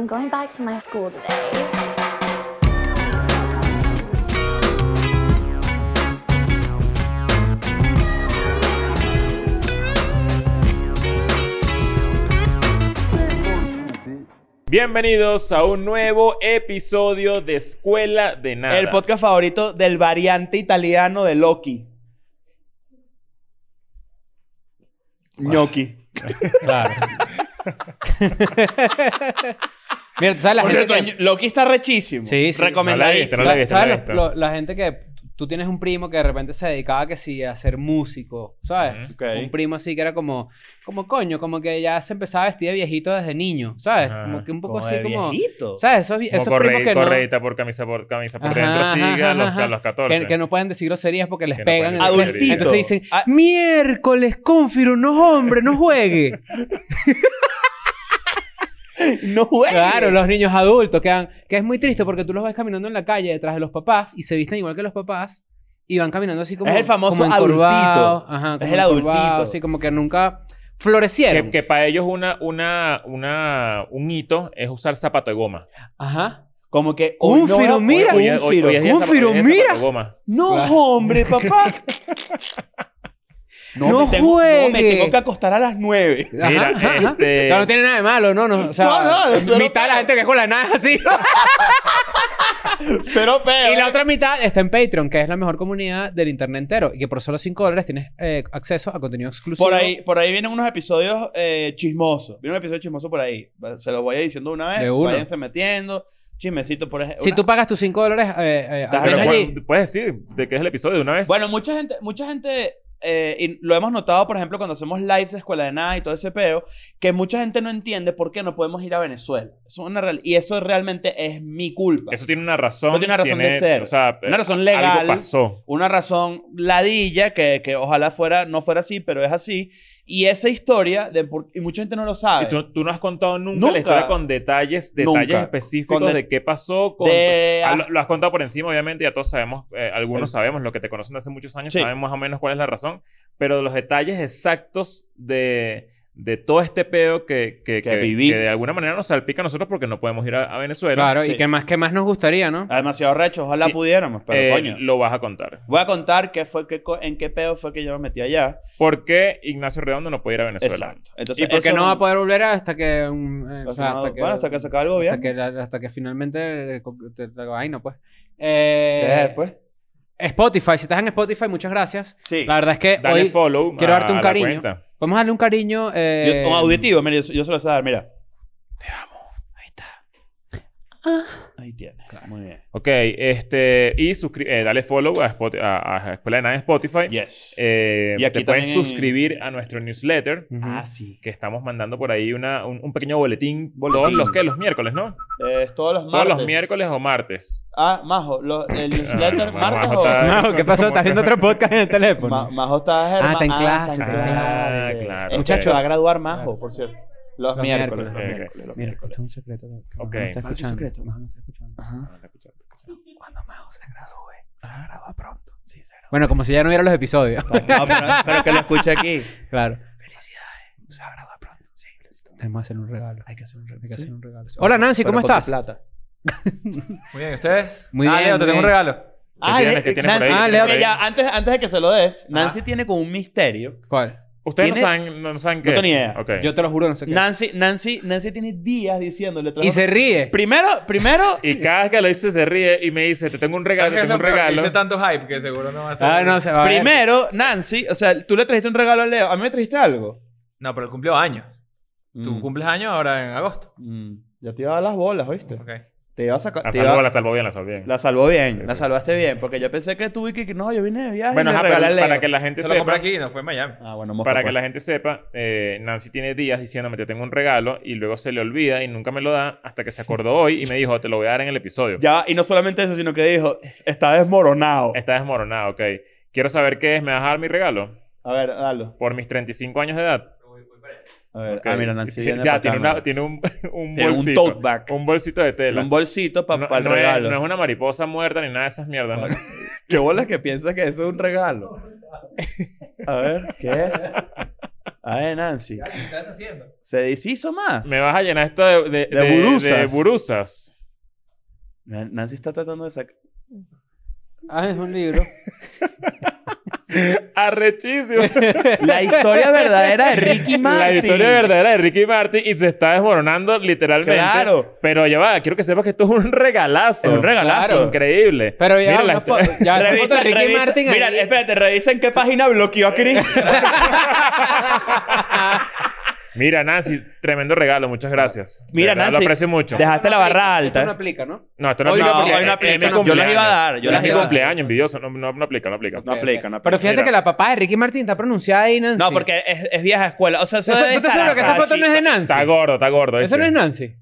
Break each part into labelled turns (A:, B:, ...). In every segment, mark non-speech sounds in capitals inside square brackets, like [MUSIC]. A: I'm going back to my school today.
B: Bienvenidos a un nuevo episodio de Escuela de Nada.
C: El podcast favorito del variante italiano de Loki. Gnocchi.
D: Claro. Mira, ¿tú ¿sabes la
C: Por
D: gente
C: cierto,
D: que...
C: Loki está rechísimo.
D: Sí, sí.
B: No
C: [LAUGHS] Recomendadísimo.
B: la he visto, no la
D: ¿sabes-
B: he
D: ¿Sabes
B: visto.
D: lo- lo- la gente que... Tú tienes un primo que de repente se dedicaba que sí a ser músico, ¿sabes?
B: Ujú.
C: Ok.
D: Un primo así que era como... Como coño, como que ya se empezaba a vestir de viejito desde niño, ¿sabes?
B: Ajá.
D: Como que un poco
C: Como
D: así
C: de
D: como...
C: viejito.
D: ¿Sabes? Esos, vi-
B: Como
D: esos primos
B: corre-
D: que no...
B: correíta por camisa por camisa por
D: Ajá,
B: dentro
D: ajá,
B: sigue a,
D: ajá,
B: los,
D: ajá.
B: a los 14.
D: Que, que no pueden decir groserías porque les
B: Que no
D: pegan.
B: pueden
D: entonces-
B: decir groserías.
D: Entonces dicen,
C: Ah.
D: miércoles, Confiro, no hombre, no juegue.
C: No juegues.
D: claro, los niños adultos quedan... Que es muy triste porque tú los ves caminando en la calle detrás de los papás y se visten igual que los papás y van caminando así como...
C: Es el famoso
D: como encorvados,
C: adultito.
D: Ajá,
C: Es
D: como
C: el adultito.
D: encorvados, Así como que nunca florecieron.
B: Que, que para ellos una, una, una, un hito es usar zapato de goma.
D: Ajá.
C: Como que...
D: Un
C: hoy no-
D: firo,
C: hoy-
D: mira.
C: hoy-
B: Hoy- hoy- hoy es día de
D: un
B: zapato- hoy es día de
D: firo,
B: zapato
D: mira.
B: de goma.
C: No,
D: Claro.
C: hombre, papá.
D: [LAUGHS] No
C: me tengo-
D: juegues.
C: No, me tengo que acostar a las
D: [LAUGHS]
C: nueve.
D: Ajá,
B: Mira,
D: ajá, ajá.
B: este-
D: Claro, no tiene nada de malo, no, no. O sea,
C: No, no, eso no
D: mitad de la
C: creo.
D: gente que es con la nada
C: [LAUGHS]
D: así.
C: Cero pedo.
D: Y la otra mitad está en Patreon, que es la mejor comunidad del internet entero. Y que por solo 5 dólares tienes eh, acceso a contenido exclusivo.
C: Por ahí, por ahí vienen unos episodios eh, chismosos. Viene un episodio chismoso por ahí. Va- Se los voy a ir diciendo una vez.
D: De una.
C: Váyanse metiendo. Chismecito, por ejemplo.
D: Si tú pagas tus 5 dólares, eh, eh,
C: Estás
D: apenas
B: Pero
C: bien
D: allí.
B: pu- puedes decir de qué es el episodio de una vez.
C: Bueno, mucha gente, mucha gente, eh, y lo hemos notado, por ejemplo, cuando hacemos lives de escuela de nada y todo ese peo, que mucha gente no entiende por qué no podemos ir a Venezuela. Eso es una real- y eso realmente es mi culpa.
B: Eso tiene una razón.
C: No tiene una razón de ser.
B: O sea,
C: una razón
B: algo
C: legal,
B: pasó.
C: una razón ladilla, que, que ojalá fuera, no fuera así, pero es así. Y esa historia, de por- y mucha gente no lo sabe.
B: Y tú, tú no has contado nunca, la
C: Nunca.
B: historia con detalles, detalles
C: Nunca.
B: específicos
C: Con de-
B: de, qué pasó. Con,
C: de-
B: Ah, lo, lo has contado por encima, obviamente, ya todos sabemos, eh, algunos sabemos, los que te conocen de hace muchos años,
C: Sí.
B: saben más o menos cuál es la razón, pero los detalles exactos de, de todo este peo que, que,
C: Que viví.
B: de alguna manera nos salpica a nosotros porque no podemos ir a, a Venezuela.
D: Claro,
C: Sí.
D: y que más, que más nos gustaría, ¿no?
C: Ah, Demasiado recho, ojalá
B: Sí.
C: pudiéramos, pero
B: Eh,
C: coño.
B: Lo vas a contar.
C: Voy a contar qué fue, qué co- en qué peo fue que yo me metí allá.
B: ¿Por qué Ignacio Redondo no puede ir a Venezuela?
C: Exacto. Entonces,
D: y porque
C: eso-
D: no va a poder volver hasta que. mm, eh, o sea,
C: no-
D: hasta que
C: bueno, hasta que se acabe el gobierno.
D: hasta que, la- hasta que finalmente. eh, co- te- te- Ay, no, pues.
C: ¿Qué
D: Eh,
C: es después?
D: Spotify, si estás en Spotify, muchas gracias.
C: pues. Sí.
D: La verdad es que
B: Dale
D: hoy
B: follow.
D: quiero
B: a-
D: darte un
B: a la
D: cariño.
B: cuenta.
D: vamos a darle un cariño. eh,
C: Yo, un auditivo, mira, yo, yo se lo sé dar, mira. Te amo. Ahí está. Ahí tienes. Muy bien.
B: Ok, este, y suscri- eh, dale follow a, Spot- a- a Escuela de Nada en Spotify.
C: Yes.
B: Eh,
C: Y aquí
B: te pueden
C: también-
B: suscribir a nuestro newsletter.
D: ujú.
C: ah, sí.
B: que estamos mandando por ahí una, un, un pequeño boletín,
C: Boletín.
B: todos los que los miércoles, ¿no?
C: Eh, es todos los
B: Todos
C: martes.
B: los miércoles o martes.
C: Ah, Majo. lo- el
B: [LAUGHS]
C: newsletter,
B: Ah,
C: martes
B: Majo
C: o...
B: está-
D: Majo, ¿qué pasó? ¿Estás viendo otro podcast en el teléfono?
C: Ma- Majo está... germa-
D: Ah,
C: Ah,
D: está en clase,
C: está en
D: está en
C: clase.
B: clase. Ah, Claro,
C: Es que
B: Muchacho.
C: se va a graduar Majo, por cierto. Los,
D: Los
C: miércoles. Los
B: miércoles.
C: miércoles. Los
D: Mira,
C: miércoles.
D: esto es un secreto. que Majo
B: Ok.
D: no está
C: Ah, es un
D: escuchando.
C: secreto.
D: Majo no está escuchando.
C: Ajá. Ah.
D: Cuando Majo se gradúe, se gradúa pronto. Sí, se gradúa. Bueno, como si ya no hubiera los episodios.
C: No, pero, pero que lo escuche aquí.
D: claro. Felicidades. Se va a graduar pronto. Sí. Tenemos que hacer un regalo. Hay que hacer un regalo. Hay que hacer un regalo. Hola Nancy,
C: Pero
D: ¿cómo
C: con tu
D: estás?
C: plata.
E: Muy bien, ¿y ustedes?
D: Muy
E: Ah,
D: bien,
E: Leo, te
D: muy
E: tengo
D: bien.
E: un regalo.
C: Ah,
B: tienes? ¿Qué tienes por
C: Nancy-
B: ahí?
D: Ah, Leo,
C: Ella, antes, antes de que se lo des, Nancy tiene como un misterio.
D: ¿Cuál?
B: Ustedes no
C: ¿Tiene?
B: saben, no saben qué es.
C: No tengo ni idea.
B: Ok.
D: Yo te lo juro, no sé qué.
C: Nancy, Nancy, Nancy tiene días diciéndole trajo-
D: Y se ríe.
C: Primero, primero,
B: Y cada vez que lo dice se ríe y me dice, te tengo un regalo,
E: ¿Sabes
B: te
E: qué es
B: tengo
E: lo
B: un
E: peor? Que
B: regalo.
E: Hice tanto hype que seguro no va a ser.
D: Ah, no, se va a ver.
C: primero, Nancy, o sea, tú le trajiste un regalo a Leo. ¿A mí me trajiste algo?
E: No, pero él cumplió años. Tú
C: Mm,
E: cumples años ahora en agosto.
C: mm, ya te iba a dar las bolas, ¿oíste?
E: Ok.
C: Te iba a sacar.
B: La
C: te iba-
B: salvó, la salvó bien, la salvó bien.
C: la salvó bien,
B: Sí,
C: la
B: sí.
C: salvaste bien. Porque yo pensé que tú y que no, yo vine de viaje.
B: Bueno,
C: y le
B: ajá,
C: regalé
B: pero
C: a Leo.
B: para que la gente
E: Se lo compré
B: sepa,
E: aquí y no fue en Miami.
C: Ah, bueno, mosca,
B: para que
C: pues.
B: la gente sepa, eh, Nancy tiene días diciéndome, te tengo un regalo y luego se le olvida y nunca me lo da hasta que se acordó hoy y me dijo, te lo voy a dar en el episodio.
C: Ya, y no solamente eso, sino que dijo, está desmoronado.
B: Está desmoronado, ok. Quiero saber qué es, ¿me vas a dar mi regalo?
C: A ver, dalo.
B: por mis 35 años de edad.
C: A ver,
B: Ok.
C: ah, mira, Nancy.
B: [LAUGHS] Ya,
C: viene
B: ya
C: pa'
B: tiene,
C: cámara.
B: una- tiene un, [LAUGHS] un
C: Tiene un
B: bolsito.
C: tote bag.
B: Un bolsito de tela.
C: Un bolsito para
B: no,
C: el
B: no es,
C: regalo.
B: no es una mariposa muerta ni nada de esas mierdas. ¿no?
C: ¿Qué bolas que piensas que eso es un regalo? A ver, ¿qué es? A ver, Nancy.
E: ¿Qué estás haciendo?
C: Se deshizo más.
B: Me vas a llenar esto de, de,
C: De
B: de-
C: buruzas.
B: de buruzas.
C: Na- Nancy está tratando de sacar.
D: Ah, es un libro.
C: [LAUGHS]
B: Arrechísimo.
C: La historia verdadera de Ricky Martin.
B: La historia verdadera de Ricky Martin y se está desmoronando literalmente.
C: Claro.
B: Pero ya va, quiero que sepas que esto es un regalazo.
C: Es un regalazo.
B: Claro, increíble.
D: Pero ya,
B: Mira,
D: una
B: la-
D: foto, ya esa foto de Ricky
C: revisa-
D: Martin
C: Mira,
D: ahí.
C: espérate, revisa en qué página bloqueó a Chris.
B: [LAUGHS] Mira, Nancy, tremendo regalo, muchas gracias. De
C: Mira,
B: verdad,
C: Nancy,
B: Lo aprecio mucho.
C: deja- Dejaste
D: Esto no
C: la barra
D: aplica, esto
C: alta,
D: no
C: ¿eh?
D: aplica, ¿no?
B: No, esto no,
C: Hoy no,
B: aplica,
C: hoy no
B: es-
C: aplica,
B: es mi
C: no, yo las iba a dar, yo
B: cumpleaños.
C: las
B: Es mi
C: iba a dar.
B: cumpleaños, envidioso. No, no, no aplica, no aplica.
C: No
D: Ok,
C: aplica,
D: ok.
C: no aplica.
D: Pero fíjate
B: Mira.
D: que la papá de Ricky Martin está pronunciada ahí, Nancy.
C: No, porque es, es vieja escuela. O sea, eso
D: Esa-
C: debe
D: ¿tú estás
C: estar
D: seguro que esa
C: acá,
D: foto no es
C: chico.
D: de Nancy?
B: Está gordo, está gordo.
D: Esa
B: ¿viste?
D: no es Nancy.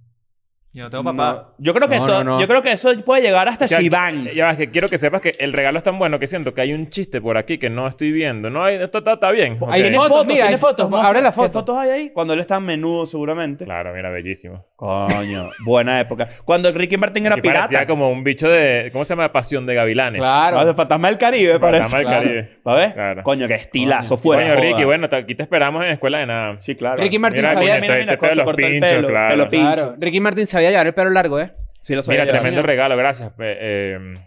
E: Yo no tengo papá.
C: No. Yo creo que
D: No,
C: esto,
D: no, no.
C: yo creo que eso puede llegar hasta
B: O sea,
C: Shibangs.
B: Ya vas, que quiero que sepas que el regalo es tan bueno que siento que hay un chiste por aquí que no estoy viendo. No, hay- está, está, está bien.
D: Ahí
B: Ok.
D: tiene- fotos, mira,
C: tiene
D: hay
C: fotos.
D: fotos.
C: muestra.
D: Abre la foto.
C: ¿Qué fotos hay ahí? Cuando él está menudo, seguramente.
B: Claro, mira, bellísimo.
C: Coño, buena época. Cuando Ricky Martin era
B: Que
C: pirata.
B: Parecía como un bicho de. ¿cómo se llama? Pasión de Gavilanes.
D: Claro.
C: Ah, de Fantasma del Caribe,
B: Fantasma
C: parece.
B: del
C: Claro.
B: Caribe.
C: ¿Va a ver?
B: Claro.
C: Coño, qué estilazo
E: Coño.
C: fuera.
B: Coño,
C: joda.
B: Ricky, bueno, te- aquí te esperamos en Escuela de Nada.
C: Sí, claro.
D: Ricky Martin
B: Mira, este
D: sabía-
B: coño,
C: Mira,
B: te-
C: mira
B: te
C: cosa,
B: pega los
C: cortó el
B: pinchos,
C: pelo,
B: claro.
C: pelo pincho.
D: Claro. Ricky Martin sabía llevar el pelo largo, ¿eh?
C: Sí, lo sabía.
B: Mira,
C: llevar.
B: tremendo
D: señor.
B: regalo, gracias. eh, eh,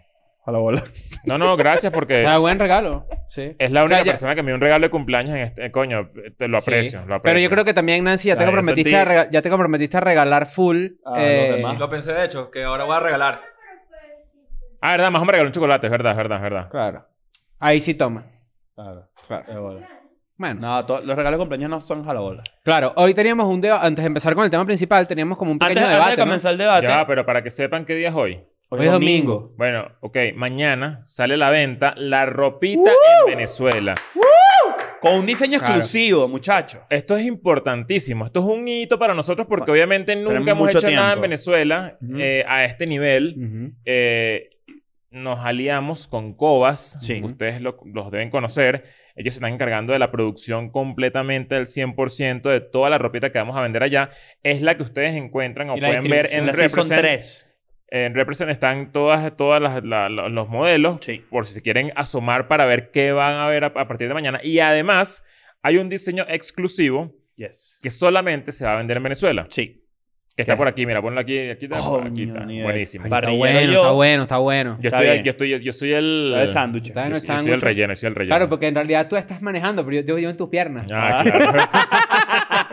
C: A la bola.
B: no, no, gracias porque
D: [LAUGHS] Ah, buen regalo. Sí.
B: es la
D: O sea,
B: única
D: ya-
B: persona que me dio un regalo de cumpleaños en este. eh, coño, te lo aprecio,
D: Sí.
B: lo aprecio.
D: Pero yo creo que también, Nancy, ya te,
C: Claro,
D: comprometiste,
C: eso sí.
D: a rega- ya te comprometiste a regalar full.
C: A los
D: eh,
C: demás.
E: Lo pensé, de hecho, que ahora voy a regalar.
B: Ah, verdad, más me regaló un chocolate, es verdad, es verdad, es verdad.
D: Claro. Ahí sí toma.
C: Claro.
D: Claro. Bueno.
C: No, to- los regalos de cumpleaños no son a la bola.
D: Claro, hoy teníamos un debate, antes de empezar con el tema principal, teníamos como un pequeño
C: Antes, antes
D: debate.
C: de
D: ¿no?
C: comenzar el debate,
B: Ya, pero para que sepan qué día es hoy.
D: Hoy es domingo.
B: Bueno, ok, mañana sale a la venta la ropita en Venezuela.
C: Con un diseño
D: Claro.
C: exclusivo, muchachos.
B: Esto es importantísimo. Esto es un hito para nosotros porque obviamente nunca
C: Tenemos
B: hemos
C: mucho
B: hecho nada en
C: tiempo.
B: Venezuela
C: Ujú.
B: eh, a este nivel.
D: Ujú.
B: Eh, nos aliamos con Cobas,
C: Sí.
B: ustedes lo- los deben conocer. Ellos se están encargando de la producción completamente del 100% de toda la ropita que vamos a vender allá. Es la que ustedes encuentran o
D: Y la
B: pueden ver en
C: En la season
B: Represent.
C: 3.
B: En Represent están todas, todas las- la- la- los modelos,
C: Sí.
B: por si se quieren asomar para ver qué van a ver a, a partir de mañana. Y además, hay un diseño exclusivo
C: Yes.
B: que solamente se va a vender en Venezuela.
C: Sí.
B: Que está
C: ¿Qué?
B: por aquí, mira, ponlo aquí, aquí está, por aquí está.
C: Coño, ni idea.
B: Buenísimo.
D: Ay,
B: Yo
D: está
C: Parrillero
D: bueno,
C: yo.
D: está bueno, está bueno.
B: estoy,
C: Está
B: ahí,
C: bien.
B: yo estoy, yo soy el...
C: El sándwich.
D: Ah, Está en
B: Yo,
D: el
B: yo soy el
D: sándwich.
B: relleno, yo soy el relleno.
D: Claro, porque en realidad tú estás manejando, pero yo yo llevo en tus piernas.
B: Ah, claro.
C: [LAUGHS]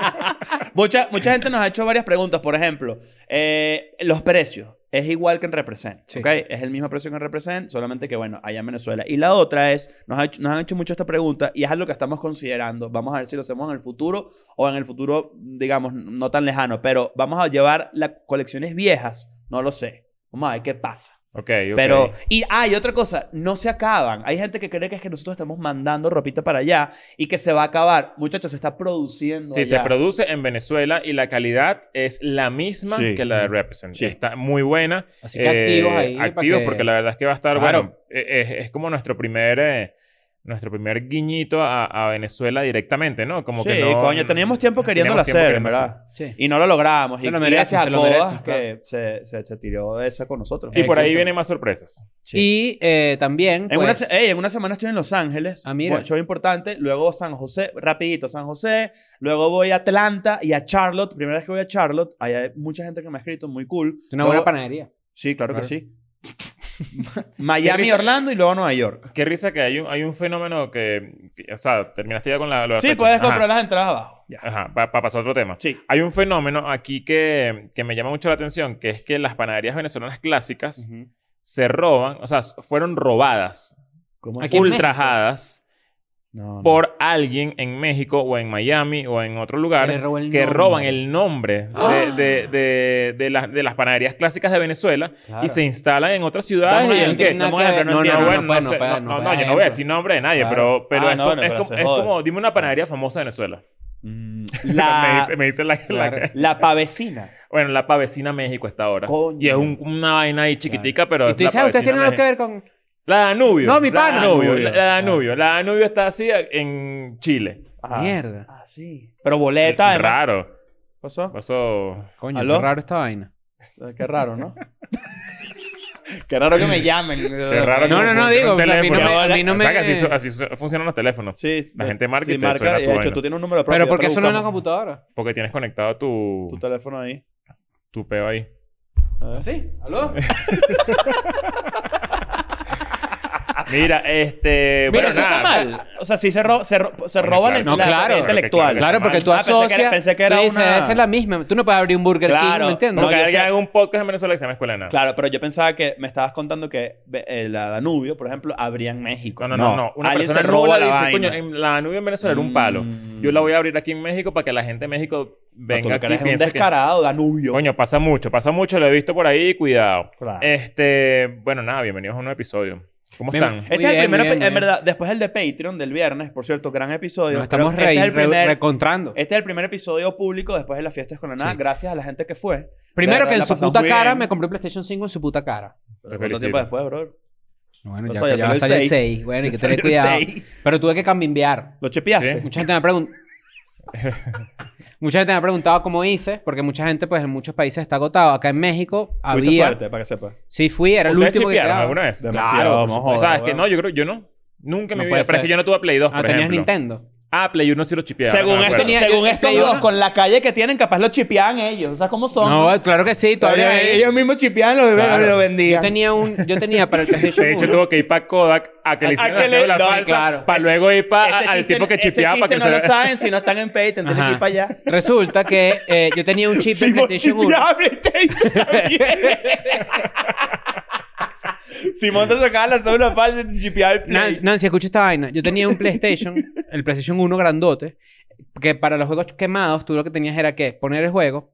C: Mucha, mucha gente nos ha hecho varias preguntas. Por ejemplo, eh, los precios. Es igual que en Represent,
D: Sí.
C: ¿ok? Es el mismo precio que en Represent, solamente que, bueno, allá en Venezuela. Y la otra es, nos, ha hecho- nos han hecho mucho esta pregunta y es algo que estamos considerando. Vamos a ver si lo hacemos en el futuro o en el futuro, digamos, no tan lejano. Pero vamos a llevar las colecciones viejas, no lo sé. Vamos a ver qué pasa.
B: ok, ok.
C: Pero, y hay otra cosa, no se acaban. Hay gente que cree que es que nosotros estamos mandando ropita para allá y que se va a acabar. Muchachos, se está produciendo.
B: Sí, se
C: allá.
B: produce en Venezuela y la calidad es la misma
C: Sí.
B: que la de Represent.
C: Sí.
B: Está muy buena.
D: Así que activos ahí. para
B: Eh, Activos,
D: que-
B: porque la verdad es que va a estar,
D: Claro.
B: bueno, eh, es, es como nuestro primer, eh, nuestro primer guiñito a, a Venezuela directamente, ¿no? Como
C: sí,
B: que no...
C: coño, teníamos tiempo queriéndola
B: queriéndola
C: hacer, ¿verdad?
D: Sí.
C: Y no lo logramos.
D: Se
C: y
D: lo
C: y
D: merece,
C: gracias
D: se
C: a
D: lo
C: Cobas
D: merece,
C: que se, se, se tiró esa con nosotros.
B: Y por ahí
D: Exacto.
B: vienen más sorpresas.
D: Y eh, también.
C: En, una,
D: pues,
C: se- eh, ey, en una semana estoy en Los Ángeles.
D: Ah, mira.
C: Bueno, show importante. Luego San José, rapidito, San José. Luego voy a Atlanta y a Charlotte. Primera vez que voy a Charlotte. Ahí hay mucha gente que me ha escrito, muy cool.
D: una
C: Luego-
D: buena panadería.
C: Sí, claro, que
D: Claro.
C: sí.
B: [LAUGHS] Qué
C: Miami,
B: risa.
C: Orlando y luego Nueva York.
B: Qué risa que hay un, hay un fenómeno que, que- O sea, terminaste ya con la... lo de
C: Sí,
B: fecha.
C: puedes
B: Ajá.
C: comprar las entradas abajo. Ya.
B: Ajá, para pasar a otro tema.
C: Sí.
B: Hay un fenómeno aquí que, que me llama mucho la atención, que es que las panaderías venezolanas clásicas se roban, o sea, fueron robadas,
C: ¿Cómo
D: Aquí en México.
B: ultrajadas
C: No, no.
B: por alguien en México o en Miami o en otro lugar
D: Que le robó el
B: que
D: nombre.
B: roban el nombre
D: Ah.
B: de, de- de- de las- de las panaderías clásicas de Venezuela
D: Claro.
B: y se instalan en otras
C: Dame
B: ciudades.
C: un
B: y en
C: ejemplo,
B: que-
C: no,
B: no,
C: no, no, no,
B: no,
C: puede,
B: bueno,
D: pues,
B: no sé, no, no, no, yo no voy a decir nombre de nadie,
D: Claro.
B: pero, pero
C: Ah,
B: esto-
C: no, no,
B: es,
C: pero
B: como,
C: se
B: es
C: joda.
B: como- dime una panadería famosa de Venezuela.
C: Mm,
B: [LAUGHS] me,
C: La,
B: dice, [LAUGHS] me dice la, la
D: Claro.
B: que- [LAUGHS]
C: la pavecina.
B: Bueno, la pavecina México está ahora.
C: Coño.
B: Y es un- una vaina ahí chiquitica, pero.
D: Y
B: es
D: tú
B: la
D: dices, ah, ustedes
B: pavecina
D: tienen algo que
B: México.
D: ver con.
B: La Danubio.
D: No, mi pana.
B: La Danubio.
C: Danubio.
B: La, la Danubio. La Danubio está así en Chile.
C: Ajá.
D: Mierda.
C: Ah, sí. Pero boleta, además.
B: Raro. Pues.
C: ¿Pasó? Eh,
B: Pasó.
D: Coño,
C: ¿Aló?
D: qué raro esta vaina.
C: Qué raro, ¿no? [LAUGHS] Qué raro que me llamen.
B: Qué raro
D: No,
B: que
D: no, no,
B: funcione
D: digo,
B: un
D: o sea, a mí no
B: teléfono.
D: me- a mí no
B: O sea, que así,
D: me-
B: so- así so- funcionan los teléfonos.
C: Sí.
B: La
C: me-
B: gente marca y te
C: sí,
B: suena
C: marca.
B: tu
C: Y de hecho,
B: vaina.
C: tú tienes un número propio.
D: Pero
C: después
D: ¿por qué
C: lo
D: eso no en la
C: buscamos.
D: computadora?
B: Porque tienes conectado tu,
C: Tu teléfono ahí.
B: tu peo ahí.
C: A ver.
D: ¿Sí? ¿Aló?
B: Mira, este.
C: Pero
B: bueno,
C: Ah. eso está
B: nada.
C: mal. O sea, sí se, ro- se, ro- se
B: Bueno,
C: roban
B: claro.
C: el-
D: No,
C: la
D: claro.
C: propiedad intelectual.
D: Claro, porque tú
C: Ah, pensé que era-
D: asocias...
C: pensé que era
D: tú dices,
C: una-
D: esa es la misma. Tú no puedes abrir un Burger King,
C: Claro.
D: ¿me entiendes?
C: No,
B: Porque
C: yo
B: alguien
C: sé-
B: haga un podcast en Venezuela que se llama Escuela de Nada.
C: Claro, pero yo pensaba que me estabas contando que eh, la Danubio, por ejemplo, habría en México.
B: No, no, no, no. Una
C: Alguien
B: persona
C: se roba
B: nula
C: la
B: dice,
C: vaina.
B: coño, en la Danubio en Venezuela era un palo.
C: Mm.
B: Yo la voy a abrir aquí en México para que la gente de México
C: Venga,
B: venga aquí y
C: eres un
B: piense que...
C: descarado, Danubio.
B: Coño, pasa mucho, pasa mucho. Lo he visto por ahí, cuidado.
C: Claro.
B: Este... Bueno, nada, bienvenidos a un nuevo episodio. ¿Cómo
D: Bien.
B: están?
C: este
D: Muy
C: es el
D: bien,
C: primero,
D: muy bien,
C: en
D: muy bien.
C: verdad, después el de Patreon del viernes, por cierto, gran episodio.
D: Nos
C: Pero
D: estamos
C: este, es el
D: re- re-
C: primer,
D: recontrando.
C: este es el primer episodio público después de las fiestas con la nada,
D: Sí.
C: gracias a la gente que fue.
D: Primero
C: verdad,
D: que en
C: la
D: su
C: pasamos
D: puta
C: muy
D: cara
C: bien.
D: me compré un PlayStation 5 en su puta cara.
B: Te
C: ¿Cuánto
B: felicito.
C: tiempo después, bro?
D: Bueno,
C: No
D: ya,
C: soy,
D: que
C: ya
D: ya
C: salió
D: salió
C: el
D: el 6. Bueno, hay que tener cuidado. Pero tuve que cambiar.
C: ¿Lo chepeaste?
B: Sí.
D: Mucha gente me
C: [LAUGHS]
D: ha preguntado. mucha gente me ha preguntado cómo hice, porque mucha gente, pues, en muchos países está agotado. Acá en México
C: Tuviste
D: había.
C: suerte, para que sepas.
D: Sí, fui, era el
B: ¿Ustedes
D: último que
B: chipearon
D: quedaba.
B: alguna vez?
C: Demasiado,
B: Claro,
C: no
B: por
C: jodas,
B: supuesto. O sea, es que
C: weón.
B: no, yo creo... Yo no. Nunca en
D: No
B: mi vida.
D: puede
B: Pero es
D: ser.
B: que yo no tuve Play 2,
D: Ah,
B: por
D: tenías
B: ejemplo.
D: Nintendo.
B: Ah, Play 1 sí lo chipeaba.
C: Según, este
B: esto
C: esto,
D: tenía-
C: según
D: yo-
C: estos
D: yo-
C: dos, con la calle que tienen, capaz lo chipean ellos. O sea, ¿cómo son?
D: No, claro que sí, todavía.
C: Ellos-
D: ahí.
C: ellos mismos chipean lo,
D: Claro.
C: lo
D: Yo
C: vendían.
D: tenía un. Yo tenía para el PlayStation
B: De hecho,
D: 1.
B: tuvo que ir para Kodak a que le
C: A-
B: hicieran
C: a
B: la
C: que le-
B: cédula
C: no,
B: falsa
D: claro.
B: para
C: Ese-
B: luego ir para
C: Ese
B: al
C: chiste-
B: tipo que chipeaba
C: ese
B: para que
C: chiste no
B: se
C: lo saben si no están en Patreon, tienen que
D: Ajá.
C: ir para allá.
D: Resulta que eh, yo tenía
C: [LAUGHS]
D: un chip en
C: Simón
D: PlayStation 1.
C: chipeaba PlayStation
B: [LAUGHS]
C: también. Simón te sacaba la cédula falsa y chipeaba el Play.
D: Nancy, Nancy, escucha esta vaina. Yo tenía un PlayStation, el PlayStation 1 grandote, que para los juegos quemados tú lo que tenías era que poner el juego,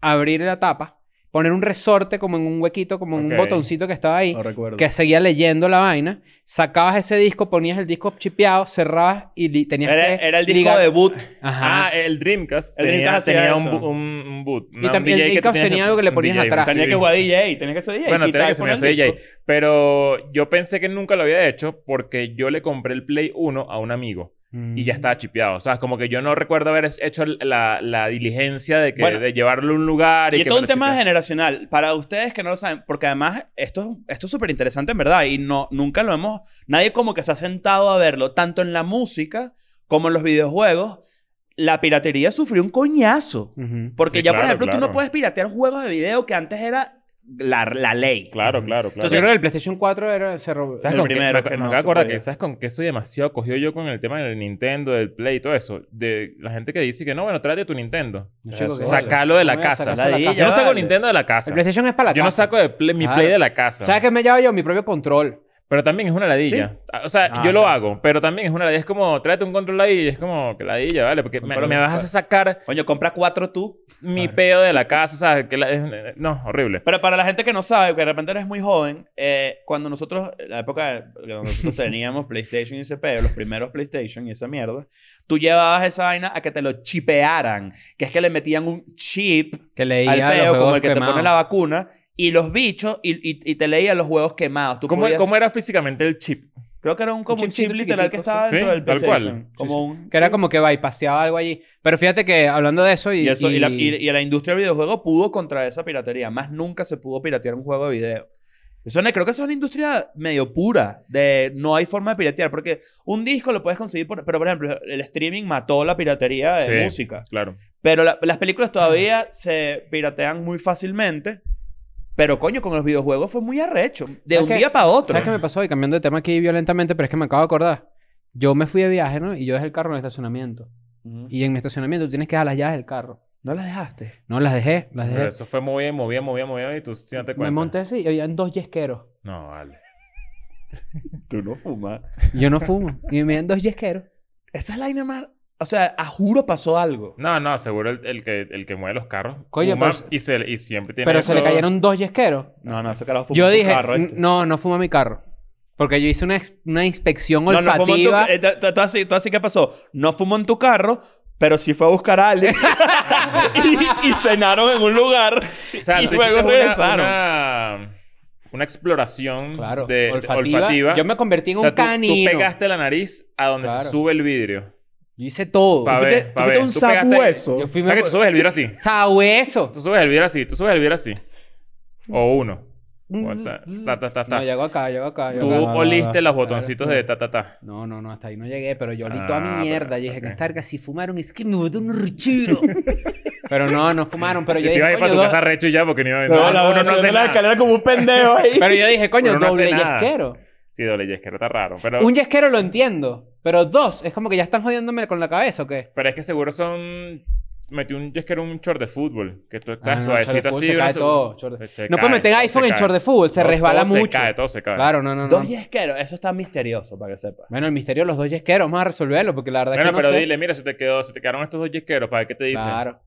D: abrir la tapa, poner un resorte como en un huequito, como en
B: Ok.
D: un botoncito que estaba ahí,
C: No recuerdo.
D: que seguía leyendo la vaina, sacabas ese disco, ponías el disco chipeado, cerrabas y li- tenías
C: Era,
D: que
C: era el disco
D: ligar-
C: debut.
D: Ajá.
B: Ah, el Dreamcast
C: El
B: tenía,
C: Dreamcast hacía
B: tenía un,
C: eso.
B: bu- un- un boot.
D: Y también el Dreamcast tenía algo que le ponías atrás.
C: Tenía
D: Sí.
C: que jugar DJ, tenía que ser DJ.
B: Ah, Bueno, tenía
C: quitar
B: que
C: y
B: ser
C: poner
B: ese
C: el
B: DJ.
C: disco.
B: Pero yo pensé que nunca lo había hecho porque yo le compré el Play 1 a un amigo y ya estaba chipeado. O sea, como que yo no recuerdo haber hecho la, la diligencia de, que,
C: Bueno.
B: de llevarlo a un lugar. Y,
C: Y
B: que
C: es todo
B: me lo
C: un tema
B: chipeara.
C: generacional. Para ustedes que no lo saben, porque además esto, es- esto es súper interesante en verdad y no, nunca lo hemos... Nadie como que se ha sentado a verlo, tanto en la música como en los videojuegos. La piratería sufrió un coñazo.
D: Ujú.
C: Porque
B: Sí,
C: ya, por
B: claro,
C: ejemplo, tú no
B: claro.
C: puedes piratear juegos de video que antes era la, la ley.
B: Claro, claro, claro.
D: Entonces, yo creo que el PlayStation 4 era se robó.
B: ¿Sabes
C: El
B: con qué?
C: primero
B: Me-
C: que
B: me
C: no
B: acabo de
C: se
B: acordar
C: podía.
B: que ¿sabes con qué soy demasiado cogido yo con el tema del Nintendo, del Play y todo eso? De la gente que dice que no, bueno, tráete tu Nintendo.
D: Chico, ¿qué es eso?
B: Sacarlo de
D: No
B: la
D: voy a
B: casa.
D: sacar
C: Ladilla,
B: Yo no saco
C: vale.
B: Nintendo de la
D: El
B: casa.
D: PlayStation es para la
B: Yo no
D: casa.
B: saco de play- mi
D: Claro.
B: Play de la casa.
D: ¿Sabes qué me llevo yo? Mi propio control.
B: Pero también es una ladilla. O sea,
C: Ah,
B: yo lo
C: claro.
B: hago, pero también es una ladilla. Es como, tráete un control ahí y es como, que ladilla, ¿vale? Porque me,
C: Pero-
B: me vas a sacar
C: Coño, compra cuatro tú.
B: mi pedo de la casa, ¿sabes? Que la- es- no, horrible.
C: Pero para la gente que no sabe, que de repente eres muy joven, eh, cuando nosotros, la época que nosotros teníamos PlayStation y ese pedo, los primeros PlayStation y esa mierda, tú llevabas esa vaina a que te lo chipearan, que es que le metían un chip
D: Que leía
C: al
D: los
C: pedo,
D: juegos
C: como el que te
D: quemados.
C: pone la vacuna, y los bichos, y, y, y te leían los huevos quemados. Tú
B: ¿Cómo,
C: podías-
B: cómo era físicamente el chip?
C: Creo que era un, como un,
D: Un
C: chip
D: chipcito
C: literal que
D: chiquitico,
C: estaba
B: sí.
C: dentro
B: Sí,
C: del
B: tal cual.
C: PlayStation.
B: Sí,
C: Como un...
D: Que era como que bypaseaba algo allí. Pero fíjate que hablando de eso y.
C: Y, eso, y, la, y-
D: y-
C: y la industria del videojuego pudo contra esa piratería. Más nunca se pudo piratear un juego de video. Eso, no- creo que eso es una industria medio pura. De no hay forma de piratear. Porque un disco lo puedes conseguir. por- pero, por ejemplo, el streaming mató la piratería de
B: Sí.
C: música.
B: Claro.
C: Pero la- las películas todavía se piratean muy fácilmente. Pero, coño, con los videojuegos fue muy arrecho. De
D: ¿Sabes
C: un
D: qué?
C: día para otro.
D: ¿Sabes qué me pasó? Y cambiando de tema aquí violentamente, pero es que me acabo de acordar. Yo me fui de viaje, ¿no? Y yo dejé el carro en el estacionamiento.
C: Ujú.
D: Y en mi estacionamiento tú tienes que dejar las llaves del carro.
C: No las dejaste.
D: No las dejé, las
B: Pero
D: dejé.
B: eso fue movía, movía, movía, movía y tú sí no te
D: Eh. Me
B: cuentas.
D: monté así y habían dos yesqueros.
B: No, vale.
C: Tú no fumas.
D: Yo no fumo. y me habían dos yesqueros.
C: Esa es la vaina más... O sea, a juro pasó algo.
B: No, no, seguro el, el que, el que mueve los carros.
D: Coño,
B: fuma
D: pero-
B: y, se, le- y siempre tiene.
D: Pero se le
B: eso-
D: cayeron dos yesqueros.
C: No, no, eso carajo fue
D: Yo dije,
B: este.
D: no, no fuma mi carro. Porque yo hice una, ex- una inspección
C: No, no fumó en tu,
D: olfativa.
C: eh, t- t- tú así, tú así que pasó. No fumó en tu carro, pero sí fue a buscar a
D: [LAUGHS]
C: alguien. y, y cenaron en un lugar.
B: O sea,
C: y
B: tú
C: luego
B: hiciste una-
C: regresaron.
B: Una, una exploración
D: claro.
B: de, de
D: olfativa.
B: olfativa.
D: Yo me convertí en
B: O sea,
D: un
B: tú-
D: canino.
B: Tú, pegaste la nariz a donde
D: Claro.
B: se sube el vidrio.
D: Yo hice todo.
B: Pa'
C: Tú fuiste-
B: ver,
C: tú
B: pa'
C: fuiste
B: ver.
C: un
B: Tú pegaste-
C: sabueso.
D: Yo
B: O
D: fui
B: sea, que tú subes el vidrio así.
D: ¡Sabueso!
B: Tú subes el vidrio así. Tú subes el vidrio así. O uno. Aguanta. Ta, ta, ta, ta.
D: No, llego acá, llego acá.
B: Tú
D: Llego acá.
B: oliste los
D: claro.
B: botoncitos de ta, ta, ta.
D: No, no, no, hasta ahí no llegué, pero yo olí toda
B: Ah,
D: mi mierda.
B: pero-
D: Y dije,
B: ok.
D: que estar casi fumaron, es que me botó un
B: [LAUGHS]
D: rechiro. pero no, no fumaron, pero
B: Y
D: yo
B: te
D: dije,
B: ibas a ir para
D: coño,
B: tu
D: do-
B: casa recho y ya porque no iba a
C: No,
B: no,
C: la
B: uno no
C: subiendo
B: hace
C: la
B: nada.
C: escalera como un pendejo
B: [LAUGHS]
C: ahí.
D: pero yo dije, coño,
B: Uno no hace
D: doble
B: nada.
D: yesquero.
B: Sí, doble yesquero, está raro. Pero,
D: Un yesquero lo entiendo, pero dos, es como que ya están jodiéndome con la cabeza o qué.
B: pero es que seguro son... Metí un yesquero en un short de fútbol. Que tú
D: Ah,
B: estás
D: no, short
B: suavecito
D: de fútbol
B: así.
D: se
B: uno
D: cae
B: se-
D: todo, short de-
B: se
D: No
B: cae,
D: puedes meter
B: todo
D: iPhone
B: se
D: en
B: cae.
D: short de fútbol, se
B: Todo-
D: resbala
B: todo
D: mucho.
B: Se cae, todo se cae.
D: Claro, no, no, no.
C: Dos yesqueros, eso está misterioso para que sepas.
D: Bueno, el misterio de los dos yesqueros, vamos a resolverlo, porque la verdad
B: Bueno,
D: es que no
B: pero
D: sé.
B: dile, mira, se te, quedó, se te quedaron estos dos yesqueros, ¿para qué te dicen?
D: Claro.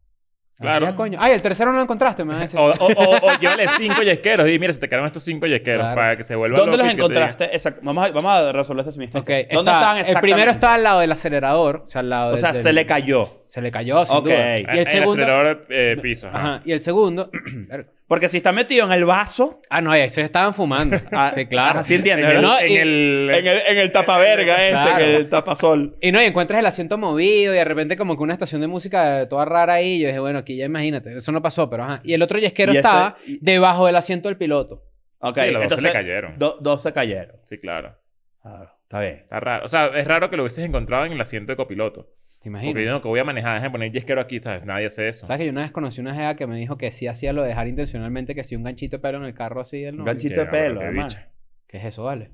B: Claro.
D: Así ya, coño. Ay, el tercero no lo encontraste, me van a
B: [LAUGHS]
D: decir.
B: O, o, o, o llévale cinco yesqueros. Dile, mira, se te quedaron estos cinco yesqueros
D: Claro.
B: para que se vuelvan
C: ¿Dónde los
B: locos y que te digan-
C: encontraste? Exacto. Vamos, a, vamos a resolver este misterio.
D: Ok,
C: ¿Dónde
D: está-
C: estaban
D: El
C: exactamente?
D: primero estaba al lado del acelerador, o sea, al lado
C: O sea,
D: del-
C: se le cayó.
D: Se le cayó, sin
C: Ok.
D: duda.
B: Ah,
D: Y el segundo...
B: acelerador eh, piso. ajá.
D: Ajá. Y el segundo... [CLEARS THROAT] verga.
C: Porque si está metido en el vaso,
D: ah, no, ahí se estaban fumando.
C: [LAUGHS] Ah,
D: sí, claro.
C: ajá, sí entiendes,
B: En el,
D: No,
B: en
D: y-
B: el-
C: en el, en el tapaverga este,
D: Claro.
C: en el tapasol.
D: Y no, y encuentras el asiento movido y de repente como que una estación de música toda rara ahí. Yo dije, bueno, aquí ya imagínate. Eso no pasó, pero ajá. Y el otro yesquero
C: Y ese-
D: estaba debajo del asiento del piloto.
C: Ok,
B: Sí, los dos
C: entonces,
B: se le cayeron.
C: do- dos se cayeron.
B: Sí, claro.
C: Claro, está bien.
B: Está raro. O sea, es raro que lo hubieses encontrado en el asiento de copiloto.
D: ¿Te
B: Porque
D: imaginas?
B: yo no, que voy a manejar, déjame poner yesquero aquí, ¿sabes? Nadie hace eso.
D: ¿Sabes que yo una vez conocí una jeva que me dijo que sí hacía lo de dejar intencionalmente que sí un ganchito de pelo en el carro así del
C: Un
D: novio?
C: ganchito de
B: qué
C: pelo,
B: qué
C: hermano.
B: bicho.
D: ¿Qué es eso, vale?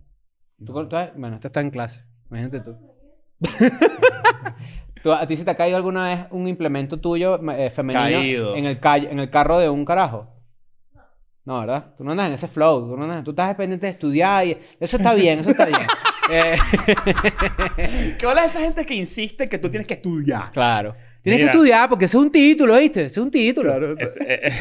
D: Tú, con- tú has- bueno, esta está en clase. Imagínate tú. [LAUGHS] Tú- ¿A ti se te ha caído alguna vez un implemento tuyo ma- eh, femenino
C: Caído.
D: En, el calle- en el carro de un carajo? No, ¿verdad? Tú no andas en ese flow. Tú, no andas, tú estás pendiente de estudiar y... Eso está bien, eso está bien. Eh, [LAUGHS]
C: ¿Qué hola esa gente que insiste que tú tienes que estudiar?
D: claro. Tienes
B: Mira.
D: que estudiar porque ese es un título, ¿viste? Ese es un título.
B: Es- eh, [LAUGHS] eh.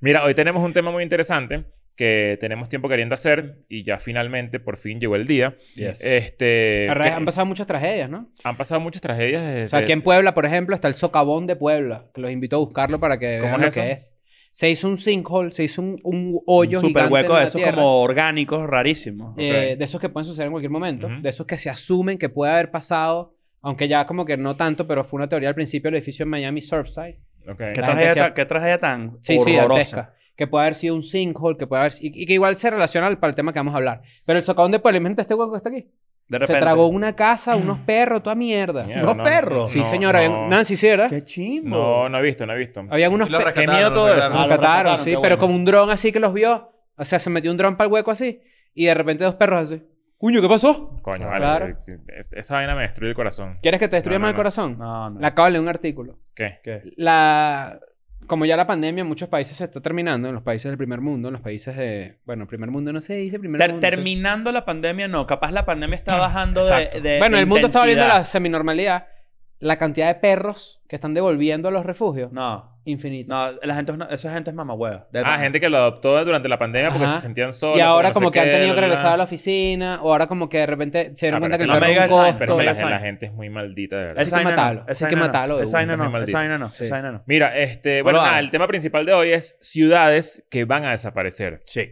B: Mira, hoy tenemos un tema muy interesante que tenemos tiempo queriendo hacer y ya finalmente, por fin llegó el día.
C: Yes.
B: Este,
D: Arra-
B: que-
D: Han pasado muchas tragedias, ¿no?
B: han pasado muchas tragedias.
D: O sea, aquí en Puebla, por ejemplo, está el socavón de Puebla, que los invito a buscarlo para que
B: ¿Cómo
D: vean
B: es
D: lo que
B: eso?
D: es. Se hizo un sinkhole, se hizo un, un hoyo
C: Un
D: gigante
C: superhueco
D: en
C: de
D: la
C: esos
D: tierra,
C: como orgánicos rarísimos.
D: eh,
B: Ok.
D: de esos que pueden suceder en cualquier momento,
B: Ujú.
D: de esos que se asumen que puede haber pasado, aunque ya como que no tanto, pero fue una teoría al principio del edificio en Miami Surfside.
B: Ok.
C: ¿Qué,
D: la gente
C: tragedia
D: se ha-
C: tan- qué tragedia tan
D: Sí, sí,
C: horrorosa?
D: dantesca. Que puede haber sido un sinkhole, que puede haber... Y, y que igual se relaciona al- para el tema que vamos a hablar. Pero el socavón de Puebla, imagínate este hueco que está aquí.
C: de
D: Se
C: repente.
D: tragó una casa, unos perros, toda mierda.
B: Mierda,
C: ¿Unos perros?
D: Sí, señora. había
B: No,
D: un- Nancy, ¿sí, verdad?
C: Qué chimbo.
B: no, no he visto, no he visto.
D: Habían unos...
E: Y lo
D: pe-
B: Qué
E: rescataron,
B: miedo
E: lo
B: todo
E: rescataron.
B: eso.
C: Ah,
D: Los
C: lo
D: rescataron,
C: rescataron,
D: sí,
C: qué
D: pero
C: bueno.
D: como un dron así que los vio. O sea, se metió un dron para el hueco así. Y de repente dos perros así. Cuño, ¿qué pasó?
B: Coño, vale.
D: Claro.
B: es- Esa vaina me destruye el corazón.
D: ¿Quieres que te destruya
B: No,
D: más
B: no,
D: el
B: no.
D: corazón?
C: No, no.
D: Le acabo de leer un artículo.
B: ¿Qué?
C: ¿Qué?
D: La... Como ya la pandemia en muchos países se está terminando, en los países del primer mundo, en los países de... Bueno, primer mundo no se dice primer
C: Ter-
D: mundo. se-
C: terminando la pandemia, no. Capaz la pandemia está bajando de,
B: exacto.
C: de
D: bueno, el mundo está volviendo a la
C: intensidad.
D: seminormalidad. La cantidad de perros que están devolviendo a los refugios,
C: No.
D: infinito.
C: No, la gente, es una- esa gente es mamahueva. De
B: Ah,
C: pana.
B: gente que lo adoptó durante la pandemia porque
D: Ajá.
B: se sentían solos.
D: y ahora
B: porque
D: como
B: no sé
D: que han
B: qué,
D: tenido
B: bla,
D: que
B: bla,
D: regresar a
B: bla.
D: la oficina, o ahora como que de repente se dieron
B: Ah,
D: cuenta que
B: pero es que
C: no
D: el perro es
C: me
D: un
C: digas,
D: costo.
B: Pero es que la,
C: Todo.
B: la gente es muy maldita, de verdad.
D: Esa- Hay que
C: vaina no, esa
D: matarlo, hay que
C: vaina no,
D: matarlo de
C: Esa
D: una,
C: vaina no.
B: maldito.
C: Esa vaina no.
D: Sí.
C: Esa vaina no.
B: Mira, este,
C: No lo
B: bueno, nada,
C: hagan.
B: el tema principal de hoy es ciudades que van a desaparecer.
C: Sí.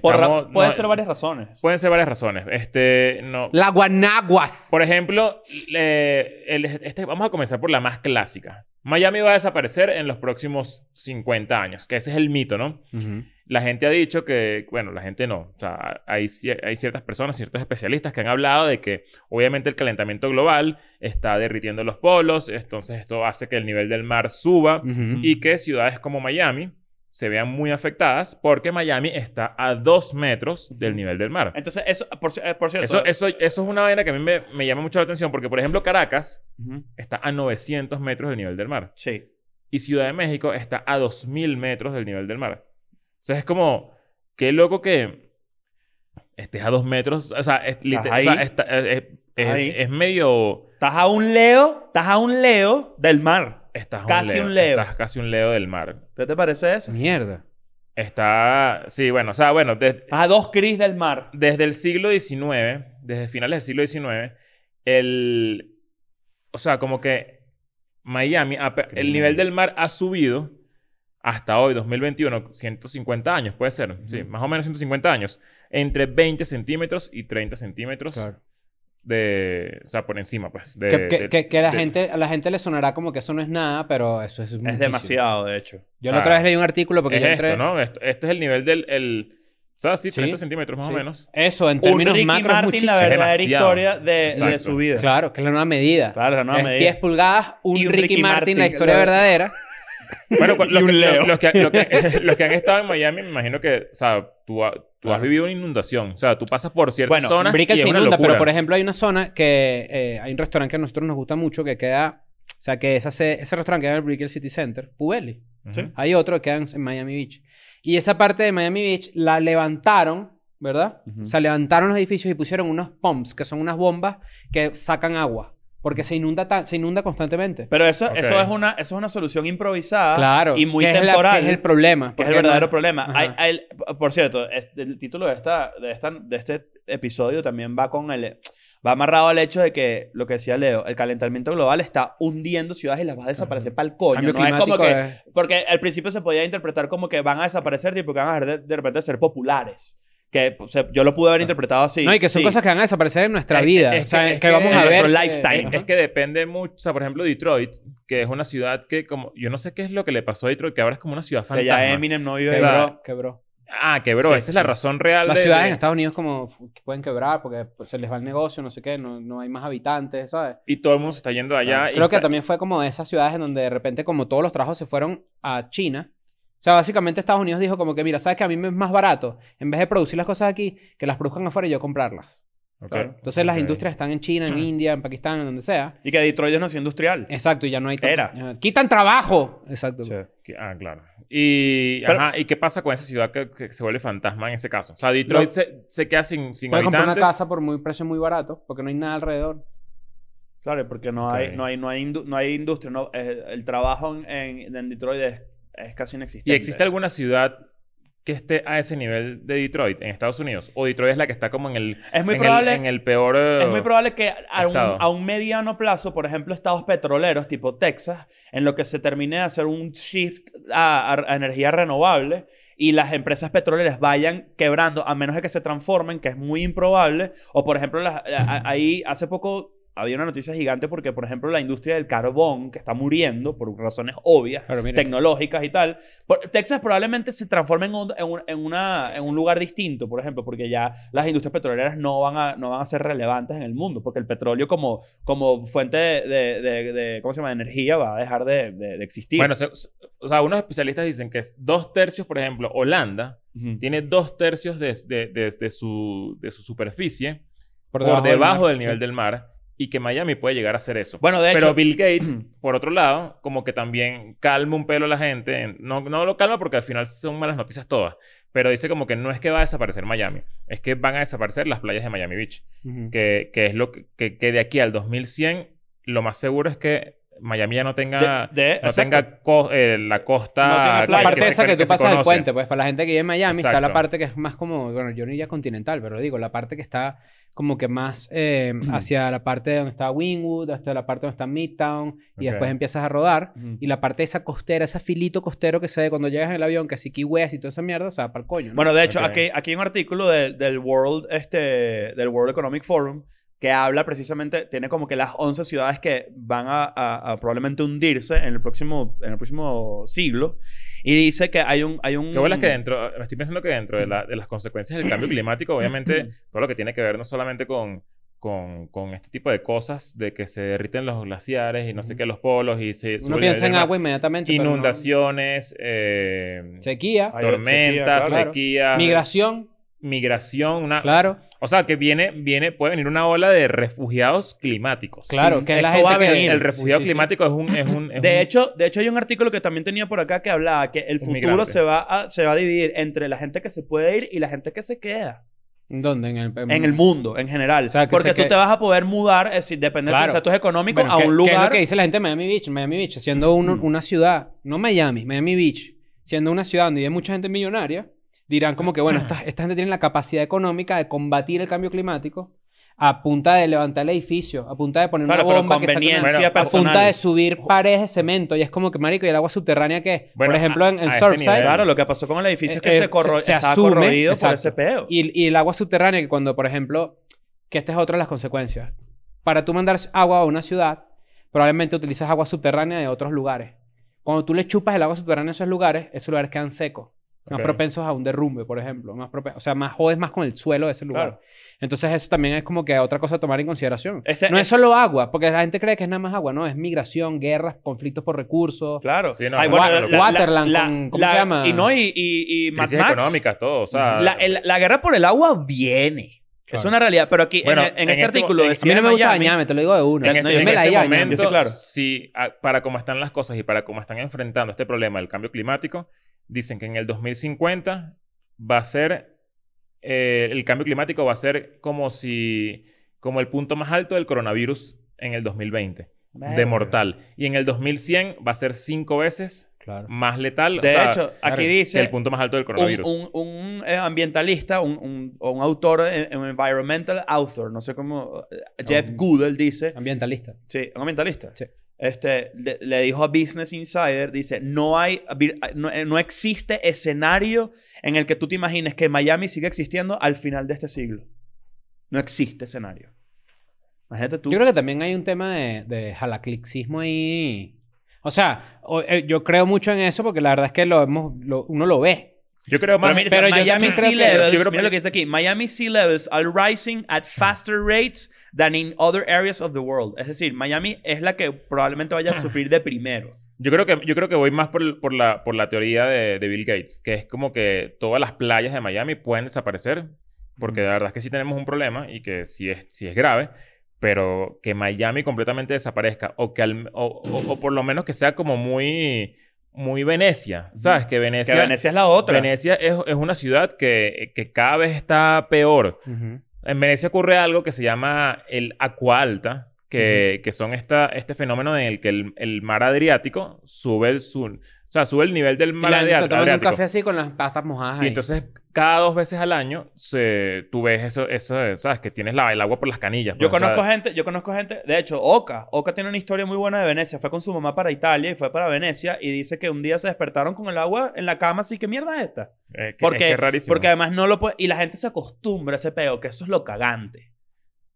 C: Por ra-
B: Estamos-
C: pueden
B: no,
C: ser varias razones.
B: Pueden ser varias razones. Este, no.
D: La guanaguas.
B: Por ejemplo, le- el- este- vamos a comenzar por la más clásica. Miami va a desaparecer en los próximos 50 años, que ese es el mito, ¿no? La gente ha dicho que, bueno, la gente no. O sea, hay, cier- hay ciertas personas, ciertos especialistas que han hablado de que obviamente el calentamiento global está derritiendo los polos, entonces esto hace que el nivel del mar suba y que ciudades como Miami se vean muy afectadas porque Miami está a dos metros del nivel del mar.
C: Entonces, eso, por, ci- eh, por cierto.
B: Eso, eso, eso es una vaina que a mí me, me llama mucho la atención porque, por ejemplo, Caracas
C: Ujú.
B: está a 900 metros del nivel del mar
C: Sí.
B: y Ciudad de México está a 2000 metros del nivel del mar. O sea, es como, qué loco que estés a dos metros. O sea, es, lite-
C: Estás
B: o sea,
C: ahí.
B: está- es- es- es-
C: Ahí.
B: es medio...
C: Estás a un leo, estás a un leo del mar.
B: Estás a
C: Casi un leo.
B: Estás casi un leo del mar.
C: ¿Qué te parece
D: Mm.
C: eso?
D: Mierda.
B: Está... Sí, bueno, o sea, bueno, de-
C: Estás a dos cris del mar.
B: desde el siglo XIX, desde finales del siglo XIX, el... O sea, como que Miami, ha pe- el nivel del mar ha subido hasta hoy, 2021, 150 años, puede ser. Sí, más o menos 150 años. Entre 20 centímetros y 30 centímetros de... O sea, por encima, pues. de-
D: Que, que-
B: de-
D: que- que la,
B: de-
D: gente, a la gente le sonará como que eso no es nada, pero eso es
C: Es
D: muchísimo.
C: demasiado, de hecho.
D: Yo la otra
B: Ah.
D: vez leí un artículo porque
B: es
D: yo
B: esto,
D: entré...
B: ¿no? Esto- este es el nivel del... El, o sea, sí,
D: Sí.
B: 30 centímetros más
D: Sí.
B: o menos.
D: Eso, en
C: Un
D: términos
C: Ricky
D: macro es
C: Martin, la
D: muchísimo.
C: verdadera
B: Demasiado.
C: historia de, de
B: Exacto.
C: su vida.
D: Claro, que es la nueva medida.
C: Claro, la nueva
D: es
C: medida.
D: 10 pulgadas, un,
C: Y un
D: Ricky,
C: Ricky
D: Martin, la
C: Martin,
D: historia
C: claro.
D: verdadera. [LAUGHS]
B: Bueno, pues,
C: Y
B: los,
C: un
B: que,
C: Leo.
B: los- los que, los que- [LAUGHS] los que han estado en Miami, me imagino que, o sea, tú, ha- tú has vivido una inundación. O sea, tú pasas por ciertas
C: Bueno,
B: zonas
D: Brickell
B: y es
D: se
B: una
D: inunda,
B: locura.
D: pero por ejemplo hay una zona que... eh, hay un restaurante que a nosotros nos gusta mucho que queda... O sea, que esa se- ese restaurante que queda en el Brickell City Center, Pubeli.
B: Ujú. Eh,
C: Sí.
D: Hay otro que queda en, en Miami Beach. Y esa parte de Miami Beach la levantaron, ¿verdad?
C: Ujú.
D: O sea, levantaron los edificios y pusieron unos pumps, que son unas bombas que sacan agua. Porque se inunda, tan- se inunda constantemente.
C: Pero eso,
B: Ok.
C: eso, es una, eso es una solución improvisada
D: claro.
C: Ah, y muy
D: que es la-
C: temporal.
D: que es el problema.
C: que es
D: porque
C: el
D: no-
C: verdadero problema.
D: Ajá.
C: Hay- hay- por cierto, es- el título de, esta, de, esta, de este episodio también va con el... Va amarrado al hecho de que, lo que decía Leo, el calentamiento global está hundiendo ciudades y las va a desaparecer para el coño.
D: Cambio
C: No es como
D: climático
C: que...
D: es-
C: Porque al principio se podía interpretar como que van a desaparecer, tipo que van a dejar de, de repente de ser populares. Que o sea, yo lo
B: Ah.
C: pude haber interpretado así.
D: No, y que son
C: sí.
D: cosas que van a desaparecer en nuestra
B: Es-
D: vida.
B: es- es
D: o sea,
B: que-
D: que,
B: es que-
D: vamos
B: en
D: a ver.
C: nuestro
D: que-
C: lifetime.
D: ajá.
B: Es que depende mucho. O sea, por ejemplo, Detroit, que es una ciudad que como... Yo no sé qué es lo que le pasó a Detroit, que ahora es como una ciudad
C: Que
B: fantasma.
C: ya Eminem no vive.
B: O
C: ahí.
B: sea,
D: Quebró, quebró.
B: Ah, quebró.
C: Sí,
B: Esa es la
C: sí.
B: razón real
D: Las
B: de...
D: ciudades en
B: de-
D: Estados Unidos como f- que pueden quebrar porque pues, se les va el negocio, no sé qué, no, no hay más habitantes, ¿sabes?
B: Y todo el mundo se está yendo allá. y
D: Creo que
B: está-
D: también fue como de esas ciudades en donde de repente como todos los trabajos se fueron a China. O sea, básicamente Estados Unidos dijo como que, mira, ¿sabes que a mí me es más barato? En vez de producir las cosas aquí, que las produzcan afuera y yo comprarlas.
B: Ok.
C: Claro.
D: Entonces las
B: Ok. Mm.
D: industrias están en China, en India, en Pakistán, en donde sea.
C: Y que Detroit es nación industrial.
D: Exacto, y ya no hay... tanto-
C: Era.
D: ¡Quitan trabajo! Exacto.
C: Sí.
B: Que- Ah, claro. Y,
C: Pero-
B: ajá, ¿y qué pasa con esa ciudad que, que se vuelve fantasma en ese caso? O sea, Detroit
D: No.
B: se, se queda sin, sin
D: Puedes comprar una
B: habitantes.
D: casa por muy precio muy barato porque no hay nada alrededor.
C: Claro, porque no hay,
B: Ok.
C: no hay, no hay, indu- no hay industria. No, eh, el trabajo en, en- en Detroit es, es casi inexistente.
B: ¿Y existe alguna ciudad que esté a ese nivel de Detroit en Estados Unidos? ¿O Detroit es la que está como en el,
C: Es muy
B: en,
C: probable-
B: el, en el peor...
C: Es
B: eh,
C: muy probable que a un,
B: Estado.
C: a un mediano plazo, por ejemplo, estados petroleros tipo Texas, en lo que se termine de hacer un shift a, a- a energía renovable y las empresas petroleras vayan quebrando, a menos de que se transformen, que es muy improbable, o por ejemplo, las- a- a- ahí hace poco había una noticia gigante porque, por ejemplo, la industria del carbón, que está muriendo por razones obvias,
D: Pero mira,
C: tecnológicas y tal. Por- Texas probablemente se transforme en un, en, un, en una- en un lugar distinto, por ejemplo, porque ya las industrias petroleras no van a, no van a ser relevantes en el mundo, porque el petróleo como, como fuente de, de- de- de- ¿cómo se llama?, de energía va a dejar de, de- de existir.
B: Bueno, se- se- o sea, unos especialistas dicen que es dos tercios, por ejemplo, Holanda
C: Ujú.
B: tiene dos tercios de, de- de- de su, de su superficie por debajo, del,
D: mar,
B: nivel
D: sí.
B: del mar y que Miami puede llegar a hacer eso.
C: Bueno, de hecho,
B: Pero Bill Gates, por otro lado, como que también calma un pelo a la gente. en- No, no lo calma porque al final son malas noticias todas. Pero dice como que no es que va a desaparecer Miami. Es que van a desaparecer las playas de Miami Beach.
D: Ujú.
B: Que, que es lo que, que, que de aquí al 2100, lo más seguro es que Miami ya no tenga,
C: de- de-
B: ah, no
C: exacto.
B: tenga co- eh, la costa...
C: No tenga
D: La
C: playa.
D: parte
B: se-
D: esa que tú
B: se
D: pasas el
B: conoce.
D: puente, pues para la gente que vive en Miami está la
B: Exacto.
D: parte que es más como, bueno, yo no iría continental, pero digo, la parte que está como que más eh, hacia la parte de donde está Wynwood, hasta la parte donde está Midtown, y
B: Ok.
D: después empiezas a rodar.
C: Ujú.
D: Y la parte de esa costera, ese filito costero que se ve cuando llegas en el avión, que así que weas y toda esa mierda, o sea, para el coño. ¿no?
C: Bueno, de hecho,
B: Ok.
C: aquí, aquí hay un artículo del- del, World, este, del World Economic Forum que habla precisamente, tiene como que las 11 ciudades que van a, a- a probablemente hundirse en el próximo, en el próximo siglo. Y dice que hay un... Hay un
B: Qué
D: Mm.
B: bolas que dentro, me estoy pensando que dentro de, la- de las consecuencias del cambio climático,
D: [LAUGHS]
B: obviamente, todo lo que tiene que ver no solamente con, con, con este tipo de cosas, de que se derriten los glaciares y no sé qué, los polos y se sube
D: Uno
B: el nivel
D: piensa en
B: del mar.
D: agua inmediatamente. pero no.
B: inundaciones, eh,
D: Sequía,
C: Ay,
B: tormentas,
D: claro.
B: sequía,
D: migración,
B: migración, una,
D: claro,
B: o sea que viene, viene, puede venir una ola de refugiados climáticos.
D: claro, que es la
C: eso
D: gente
C: va a
D: que-
C: venir.
B: El refugiado
D: Sí, sí, sí.
B: climático es un, es un, es
C: De
B: un-
C: hecho, de hecho, hay un artículo que también tenía por acá que hablaba que el
B: Un
C: futuro
B: migrante.
C: se va, a, se va a dividir entre la gente que se puede ir y la gente que se queda.
D: ¿Dónde? En el,
C: En el mundo, en general.
D: Mm. O sea, que
C: Porque
D: se
C: tú
D: que-
C: te vas a poder mudar, es decir, depende de
D: Claro.
C: tu estatus económico,
D: Bueno,
C: a
D: ¿qué-
C: un
D: ¿Qué es lo
C: lugar...
D: que dice la gente de Miami Beach? Miami Beach, siendo uno-
C: Mm.
D: una ciudad, no Miami, Miami Beach, siendo una ciudad donde hay mucha gente millonaria, dirán como que, bueno, esta, esta gente tiene la capacidad económica de combatir el cambio climático a punta de levantar el edificio, a punta de poner
C: Claro,
D: una
C: pero
D: bomba que saque una-
C: conveniencia
B: Bueno,
D: a
C: personal.
D: punta de subir paredes de cemento. Y es como que, marico, ¿y el agua subterránea qué es?
B: Bueno,
D: Por ejemplo,
B: a-
D: en, en
B: a este
D: Surfside...
B: nivel.
C: Claro, lo que pasó con el edificio es que
D: Eh,
C: se, corro
D: se- se
C: estaba
D: asume,
C: corroído por
D: exacto.
C: ese peo.
D: Y, y el agua subterránea, que cuando, por ejemplo, que esta es otra de las consecuencias. Para tú mandar agua a una ciudad, probablemente utilizas agua subterránea de otros lugares. Cuando tú le chupas el agua subterránea a esos lugares, esos lugares quedan secos. Más
B: Ok.
D: propensos a un derrumbe, por ejemplo. Más prope- o sea, más jodes más con el suelo de ese lugar.
B: Claro.
D: Entonces, eso también es como que otra cosa a tomar en consideración.
C: Este-
D: no es solo agua, porque la gente cree que es nada más agua. No, es migración, guerras, conflictos por recursos.
C: Claro.
B: Sí, no,
C: Ay,
B: es
C: bueno,
B: una
C: la-
B: locura.
C: la-
D: Waterland
C: la-
D: con- ¿cómo
C: la-
D: se llama?
C: Y no, y, y, y Mad
B: Crisis
C: Max.
B: económicas, todo. O sea,
C: La, el- la guerra por el agua viene. Es
B: Claro.
C: una realidad. Pero aquí, en-
B: Bueno,
C: en,
B: en
C: este
B: este-
C: artículo
B: en-
C: de
B: a mí
D: a mí no me gusta
C: Miami,
D: bañarme, te lo digo de una.
B: en
C: No,
B: este,
C: yo
B: en
C: sé.
D: me la
B: este
D: dañan.
C: Yo
B: momento,
C: estoy claro.
B: si, a- para cómo están las cosas y para cómo están enfrentando este problema del cambio climático, dicen que en el 2050 va a ser... eh, el cambio climático va a ser como si... Como el punto más alto del coronavirus en el 2020. De
C: Verga.
B: mortal. Y en el 2100 va a ser cinco veces
D: Claro.
B: más letal. o
C: De
B: sea,
C: hecho,
D: claro,
C: aquí
B: que el
C: dice
B: punto más alto del
C: un,
B: coronavirus.
C: un- un, eh, ambientalista, un, un, o un autor, eh, un environmental author, no sé cómo, eh, Jeff
D: Un-
C: Goodell dice,
D: Ambientalista.
C: sí, un ambientalista.
D: Sí.
C: Este, le, le dijo a Business Insider, dice, no hay, no, eh, no existe escenario en el que tú te imagines que Miami sigue existiendo al final de este siglo. No existe escenario. Imagínate tú.
D: Yo creo que también hay un tema de, de jalaclixismo ahí. O sea, o- eh, yo creo mucho en eso porque la verdad es que lo hemos, lo- uno lo ve.
B: Yo creo más...
C: Pero mira,
D: pero
C: dice,
D: yo
C: Miami
D: también creo
C: sea
D: que-
C: levels,
B: yo creo-
C: mira lo que dice aquí. Miami sea levels are rising at faster rates than in other areas of the world. Es decir, Miami es la que probablemente vaya a sufrir de primero.
B: Yo creo que, yo creo que voy más por, el- por, la, por la teoría de, de Bill Gates, que es como que todas las playas de Miami pueden desaparecer, porque la verdad es que sí tenemos un problema y que sí es, sí es grave, pero que Miami completamente desaparezca, o, que al- o, o- o por lo menos que sea como muy, muy Venecia, ¿sabes? Que
C: Que
B: Venecia,
C: Venecia es la otra.
B: Venecia es, es una ciudad que, que cada vez está peor. En Venecia ocurre algo que se llama el aqua alta, que, que son esta, este fenómeno en el que el, el mar Adriático sube el sur, o sea, sube el nivel del
D: Y
B: mar
D: la gente se está
B: Adriático.
D: tomando un
B: Adriático.
D: café así con las pastas mojadas
B: Y
D: ahí.
B: entonces cada dos veces al año se, tú ves eso, eso, sabes que tienes la, el agua por las canillas.
C: Yo
B: pues, o sea,
C: conozco gente, yo conozco gente, de hecho, Oka, Oka tiene una historia muy buena de Venecia, fue con su mamá para Italia y fue para Venecia y dice que un día se despertaron con el agua en la cama, así que mierda es esta.
B: eh, que- es
C: Porque,
B: que es rarísimo.
C: porque además no lo puede, y la gente se acostumbra a ese peo, que eso es lo cagante.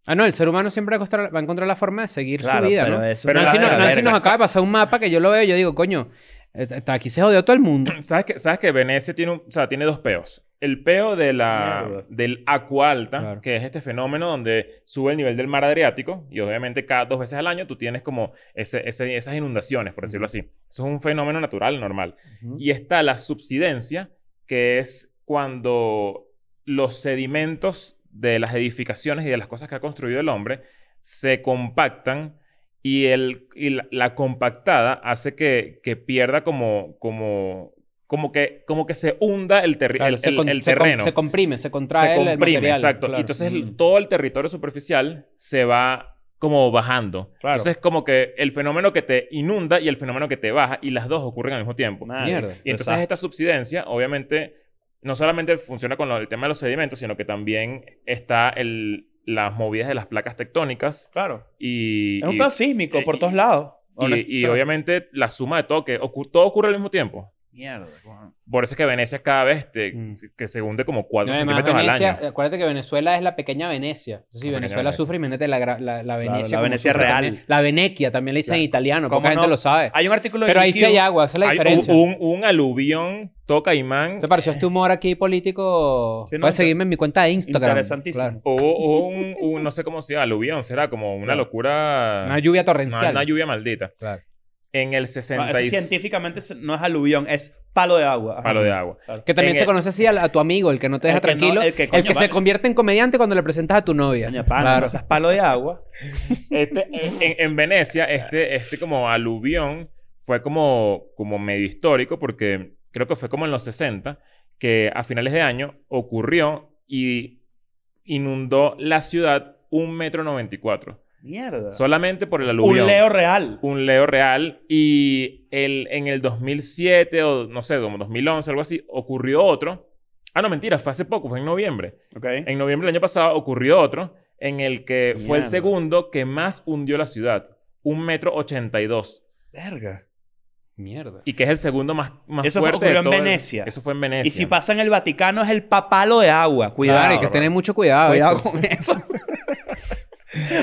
D: Ah, no, el ser humano siempre va a, encontrar, va a encontrar la forma de seguir su vida, ¿no?
C: eso
B: Pero
D: Pero
C: es
B: no,
C: una
D: Nancy,
B: no,
C: verga.
D: nos- Nancy
B: no,
D: nos acaba de pasar un mapa que yo lo veo y yo digo, coño, eh, está- aquí se jodió todo el mundo.
B: [CLEARS THROAT] ¿Sabes que, sabes que Venecia tiene, un- o sea, tiene dos peos. El peo de la,
C: Mierda.
B: del aqua alta,
D: Claro.
B: que es este fenómeno donde sube el nivel del mar Adriático y obviamente cada dos veces al año tú tienes como ese- ese- esas inundaciones, por decirlo así. Eso es un fenómeno natural, normal. Y está la subsidencia, que es cuando los sedimentos de las edificaciones y de las cosas que ha construido el hombre se compactan y, el, y la, la compactada hace que, que pierda como, como, como, que, como que se hunda el, terri-
D: Claro,
B: el,
D: se
B: el-
D: con-
B: el
D: se com-
B: terreno.
D: Se comprime, se contrae
B: Se
D: el- el material.
B: exacto.
D: claro.
B: Y entonces el-
C: Ujú.
B: todo el territorio superficial se va como bajando.
C: Claro.
B: Entonces es como que el fenómeno que te inunda y el fenómeno que te baja y las dos ocurren al mismo tiempo.
C: Madre.
D: Mierda.
B: Y entonces
C: Desastre.
B: esta subsidencia, obviamente, no solamente funciona con lo- el tema de los sedimentos, sino que también está el, las movidas de las placas tectónicas
C: Claro.
B: y...
C: Es un
B: y-
C: pedo sísmico
B: eh,
C: por
B: y-
C: todos lados.
B: y- y obviamente la suma de todo, que ocu- todo ocurre al mismo tiempo.
C: Mierda, weón.
B: Por eso es que Venecia cada vez te-
D: Mm.
B: que se hunde como 4
D: No, además,
B: centímetros
D: Venecia-
B: al año.
D: Acuérdate que Venezuela es la pequeña Venecia. Entonces, si
B: La pequeña
D: Venezuela
B: Venecia.
D: sufre, imagínate la, gra- la, la Venecia.
C: la
D: como
C: Venecia
D: sufre
C: real.
D: también. La Venecia también le dicen en
C: Claro.
D: italiano,
C: ¿Cómo
D: poca gente
C: no?
D: lo sabe.
C: Hay un artículo de
D: Pero ahí sí hay
C: GQ.
D: agua, esa es la
B: Hay
D: diferencia.
B: un, un- un aluvión, todo caimán.
D: ¿Te pareció este humor aquí político?
C: Sí, no,
D: Puedes
C: inter-
D: seguirme en mi cuenta de Instagram.
C: interesantísimo.
D: Claro.
B: O, o un, un- no sé cómo se llama, aluvión, será como una
C: Claro.
B: locura.
D: Una lluvia
B: una-
D: torrencial.
B: una lluvia maldita.
D: Claro.
B: En el
C: No,
B: 66.
C: eso científicamente se- no es aluvión, es palo de agua. Ajá.
B: palo de agua.
C: Claro.
D: Que también
B: en
D: se
B: el-
D: conoce así al- a, tu amigo, el que no te
C: El
D: deja
C: que no-
D: tranquilo. el
C: el que,
D: que,
C: coño,
D: se
C: va-
D: convierte en comediante cuando le presentas a tu novia.
C: Coño, pana,
D: Claro.
C: no seas palo de agua. [LAUGHS]
B: Este, en, en- en Venecia, este, este como aluvión fue como, como medio histórico porque creo que fue como en los 60 que a finales de año ocurrió y inundó la ciudad un metro 94.
C: Mierda.
B: Solamente por el aluvión.
C: un leo real.
B: Un leo real. Y el, en el 2007 o no sé, como 2011, algo así, ocurrió otro. Ah, no, mentira, fue hace poco, fue en noviembre.
C: Ok.
B: En noviembre del año pasado ocurrió otro en el que fue el
C: Mierda.
B: segundo que más hundió la ciudad. Un metro ochenta y dos.
C: Verga.
D: Mierda.
B: Y que es el segundo más, más
C: Eso fue-
B: fuerte de
C: ocurrió en
B: todo el-
C: Venecia.
B: Eso fue en Venecia.
C: Y si pasa en el Vaticano es el papalo de agua. Cuidado.
D: Claro, hay que
B: bro.
D: tener mucho cuidado.
C: Cuidado
D: ¿viste?
C: con eso. [LAUGHS]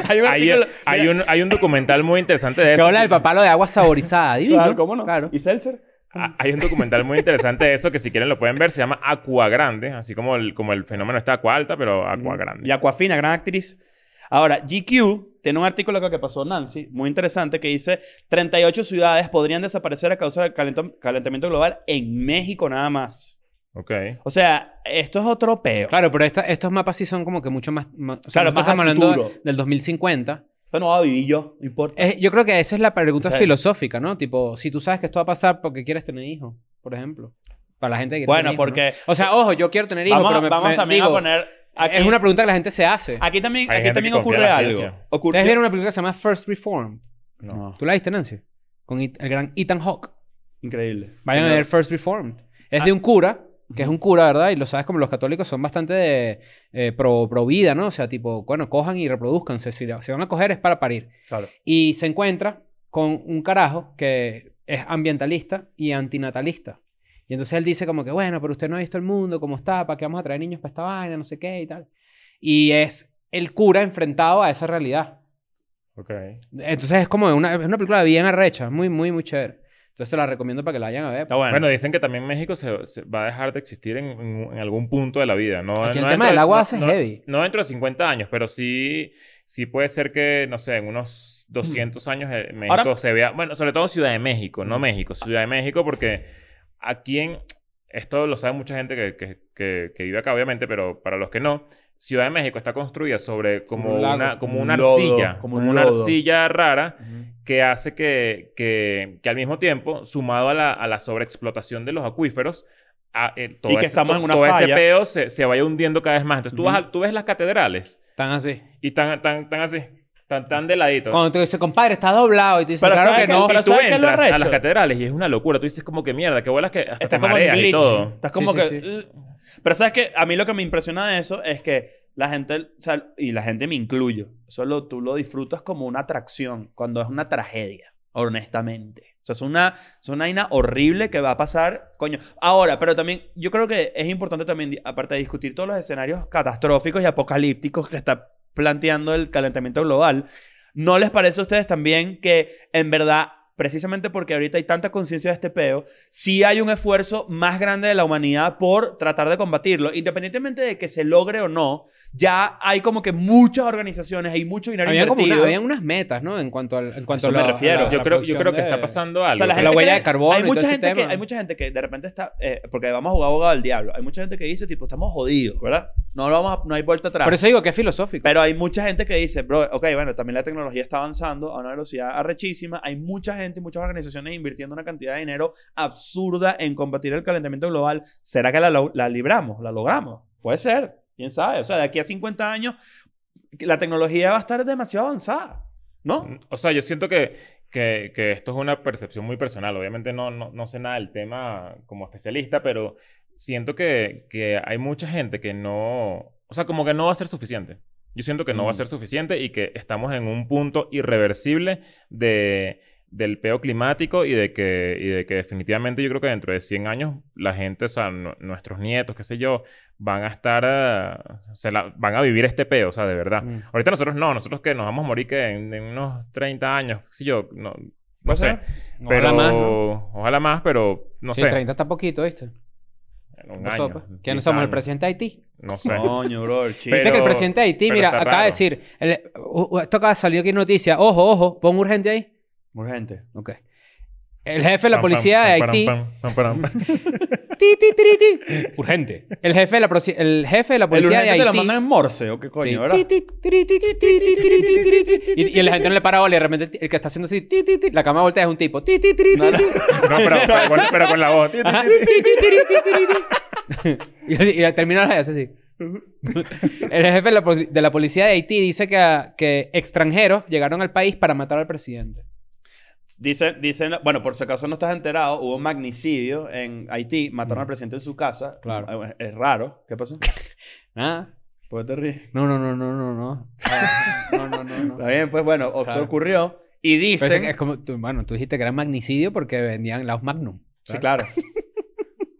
C: Hay un
B: Hay,
C: artículo...
B: hay un, hay un documental muy interesante de
D: Que
B: eso.
D: habla del papá lo de agua saborizada. Divino.
C: Claro, ¿cómo no?
D: Claro.
C: ¿Y Seltzer?
B: Ah, Hay un documental muy interesante de eso que si quieren lo pueden ver. Se llama Aqua Grande. Así como el, como el fenómeno está Aqua Alta, pero
D: Mm.
B: Aqua Grande.
C: Y Aquafina, gran actriz. Ahora, GQ tiene un artículo acá que pasó Nancy, muy interesante, que dice 38 ciudades podrían desaparecer a causa del calento- calentamiento global en México nada más.
B: Ok.
C: O sea, esto es otro peo.
D: Claro, pero esta- estos mapas sí son como que mucho más... más- o sea,
C: Claro,
D: nosotros
C: más
D: estamos
C: al
D: hablando
C: futuro.
D: del 2050.
C: Esto no va a vivir yo, no importa.
D: Es- yo creo que esa es la pregunta
C: O sea-
D: filosófica, ¿no? Tipo, si tú sabes que esto va a pasar porque quieres tener hijos, por ejemplo. Para la gente que quiere
C: Bueno,
D: tener hijos,
C: porque-
D: ¿no? O sea, ojo, yo quiero tener hijos,
C: vamos
D: pero me,
C: vamos
D: me-
C: también
D: digo,
C: a poner... Aquí,
D: Es una pregunta que la gente se hace.
C: aquí también,
B: Hay
C: aquí
B: gente
C: también
B: que confía en la
C: ocurre algo.
B: ciencia.
C: Ocurre...
D: Ustedes vieron una película que se llama First Reform.
B: No.
D: ¿Tú la viste, Nancy? Con it- el gran Ethan Hawke.
C: Increíble.
D: Vayan a
C: Señor. Ah.
D: ver First Reformed. Es de un cura, que es un cura, ¿verdad? Y lo sabes como los católicos son bastante de, eh, pro, pro vida, ¿no? O sea, tipo, bueno, cojan y reproduzcanse. Si la- se van a coger es para parir.
C: Claro.
D: Y se encuentra con un carajo que es ambientalista y antinatalista. Y entonces él dice como que, bueno, pero usted no ha visto el mundo, cómo está, para qué vamos a traer niños para esta vaina, no sé qué y tal. Y es el cura enfrentado a esa realidad.
B: Ok.
D: Entonces es como una, es una película bien arrecha, muy, muy, muy chévere. Entonces se la recomiendo para que la vayan a ver.
C: Está bueno.
B: Bueno, dicen que también México se, se va a dejar de existir en, en- en algún punto de la vida. No,
D: Aquí el
B: no dentro
D: tema del
B: de-
D: agua
B: no-
D: hace
B: no-
D: heavy.
B: No dentro de 50 años, pero sí, sí puede ser que, no sé, en unos 200 años eh, México
C: Ahora-
B: se vea... Bueno, sobre todo Ciudad de México, no México. Ciudad de México porque aquí en... Esto lo sabe mucha gente que, que- que- que vive acá, obviamente, pero para los que no, Ciudad de México está construida sobre como
D: un lago.
B: una, como
C: Como
B: una
C: un lodo,
B: arcilla,
C: como
B: como,
C: un
B: una
C: lodo.
B: arcilla rara
C: Ujú.
B: que hace que, que, que al mismo tiempo, sumado a la, a la sobreexplotación de los acuíferos, a- eh, todo,
C: Y que
B: ese,
C: estamos
B: to-
C: en una
B: todo ese
C: falla.
B: peo se, se vaya hundiendo cada vez más. Entonces tú, vas a- tú ves las catedrales
D: Están así.
B: y están tan, tan así, tan, tan de ladito.
D: Cuando te dice, compadre, está doblado. Y tú dices,
C: Pero
D: claro
C: ¿sabes
D: que
C: qué?
D: no.
C: Pero
B: y tú
C: ¿sabes qué es lo
B: entras a las
C: arrecho?
B: catedrales y es una locura. Tú dices como que mierda, que vuelas que hasta
C: Estás
B: te
C: como en
B: mareas y
C: glitch.
B: todo.
C: Estás como
D: Sí,
C: que.
D: sí,
C: "Ugh". Pero sabes que a mí lo que me impresiona de eso es que la gente, o sea, y la gente me incluyo, solo tú lo disfrutas como una atracción, cuando es una tragedia, honestamente. O sea, es una, es una vaina horrible que va a pasar, coño. Ahora, pero también, yo creo que es importante también, di- aparte de discutir todos los escenarios catastróficos y apocalípticos que está planteando el calentamiento global, ¿No les parece a ustedes también que en verdad, precisamente porque ahorita hay tanta conciencia de este peo, sí hay un esfuerzo más grande de la humanidad por tratar de combatirlo? Independientemente de que se logre o no, ya hay como que muchas organizaciones, hay mucho dinero
D: Habían, como una-
C: invertido.
D: habían unas metas, ¿no? En cuanto, al, en cuanto
C: Eso me
D: la-
C: refiero.
D: la-
B: yo
D: la
B: creo, yo
D: producción
B: creo que
D: de-
B: está pasando algo.
C: O sea, la
D: La
C: gente
D: huella
C: que-
D: de carbono
C: Hay
D: y todo
C: mucha,
D: ese
C: gente que,
D: tema.
C: hay mucha gente que de repente está. eh, porque vamos a jugar abogado del diablo. Hay mucha gente que dice, tipo, estamos jodidos, ¿verdad? No, lo vamos a- no hay vuelta atrás.
D: Por eso digo que es filosófico.
C: Pero hay mucha gente que dice, bro, ok, bueno, también la tecnología está avanzando a una velocidad arrechísima. Hay mucha gente y muchas organizaciones invirtiendo una cantidad de dinero absurda en combatir el calentamiento global. ¿Será que la, lo- la libramos? ¿La logramos? Puede ser. ¿Quién sabe? O sea, de aquí a 50 años la tecnología va a estar demasiado avanzada. ¿No?
B: O sea, yo siento que, que, que esto es una percepción muy personal. Obviamente no, no, no sé nada del tema como especialista, pero siento que, que hay mucha gente que no... O sea, como que no va a ser suficiente. Yo siento que no va a
C: Mm.
B: ser suficiente y que estamos en un punto irreversible de, del peo climático y de, que, y de que definitivamente yo creo que dentro de 100 años la gente, o sea, nu- nuestros nietos, qué sé yo, van a estar... ah, se la, van a vivir este peo, o sea, de verdad.
D: Mm.
B: Ahorita nosotros no, nosotros que nos vamos a morir que en, en unos 30 años, qué sé yo, no, no sé.
D: No
B: Pero,
D: habla más, ¿no?
B: Ojalá más, pero no
D: sí,
B: sé.
D: 30 está poquito, ¿viste?
B: en un
D: No
B: año,
D: sopa. Que no
B: 10
D: somos el
B: años,
D: presidente de Haití.
B: No sé.
C: Coño, bro, chico.
D: Viste que el
B: Pero-
D: presidente de Haití,
B: pero
D: mira,
B: está
D: acaba de
B: raro.
D: decir... el- u- u- esto acaba de salir aquí en noticia. Ojo, ojo, pon urgente ahí.
C: Urgente.
D: Ok. El jefe de la
B: Pam,
D: policía
B: pam,
D: de
B: pam,
D: Haití...
B: pam, pam, pam, [LAUGHS] pam.
D: ti, ti, tiri, ti. Urgente. El jefe de la, proci- el jefe de la
C: El
D: policía de
C: urgente te
D: Haití...
C: la mandan en morse, ¿o qué coño,
D: Sí.
C: verdad?
D: Ti, ti, tiri, ti, ti, tiri, ti, tiri, ti, tiri, ti, tiri. Y y la gente no le para bola y de repente el que está haciendo así, ti, ti, ti, la cama voltea es un tipo. ti, ti, tiri, ti, ti.
B: No, pero, pero con, pero con la
D: [LAUGHS]
B: voz. Ti, ti,
D: Ajá.
B: ti, ti.
D: Ti, ti, tiri, ti, tiri, ti. [LAUGHS] Y y al terminar hace así. El jefe de la, poli- de la policía de Haití dice que, que extranjeros llegaron al país para matar al presidente.
C: Dicen, dicen, bueno, por si acaso no estás enterado, hubo un magnicidio en Haití, mataron al presidente en su casa.
D: Mm. Claro.
C: Eh, Es raro. ¿Qué pasó?
D: Ah,
C: ¿Por qué te ríes?
D: No, no, no, no, no, no. Ah, No, no, no,
C: [LAUGHS]
D: no.
C: Está bien, pues bueno, o- se
D: Claro.
C: ocurrió. Y
D: Pero es,
C: dicen.
D: es como, tú- bueno, tú dijiste que era magnicidio porque vendían Laos Magnum.
C: Sí, claro.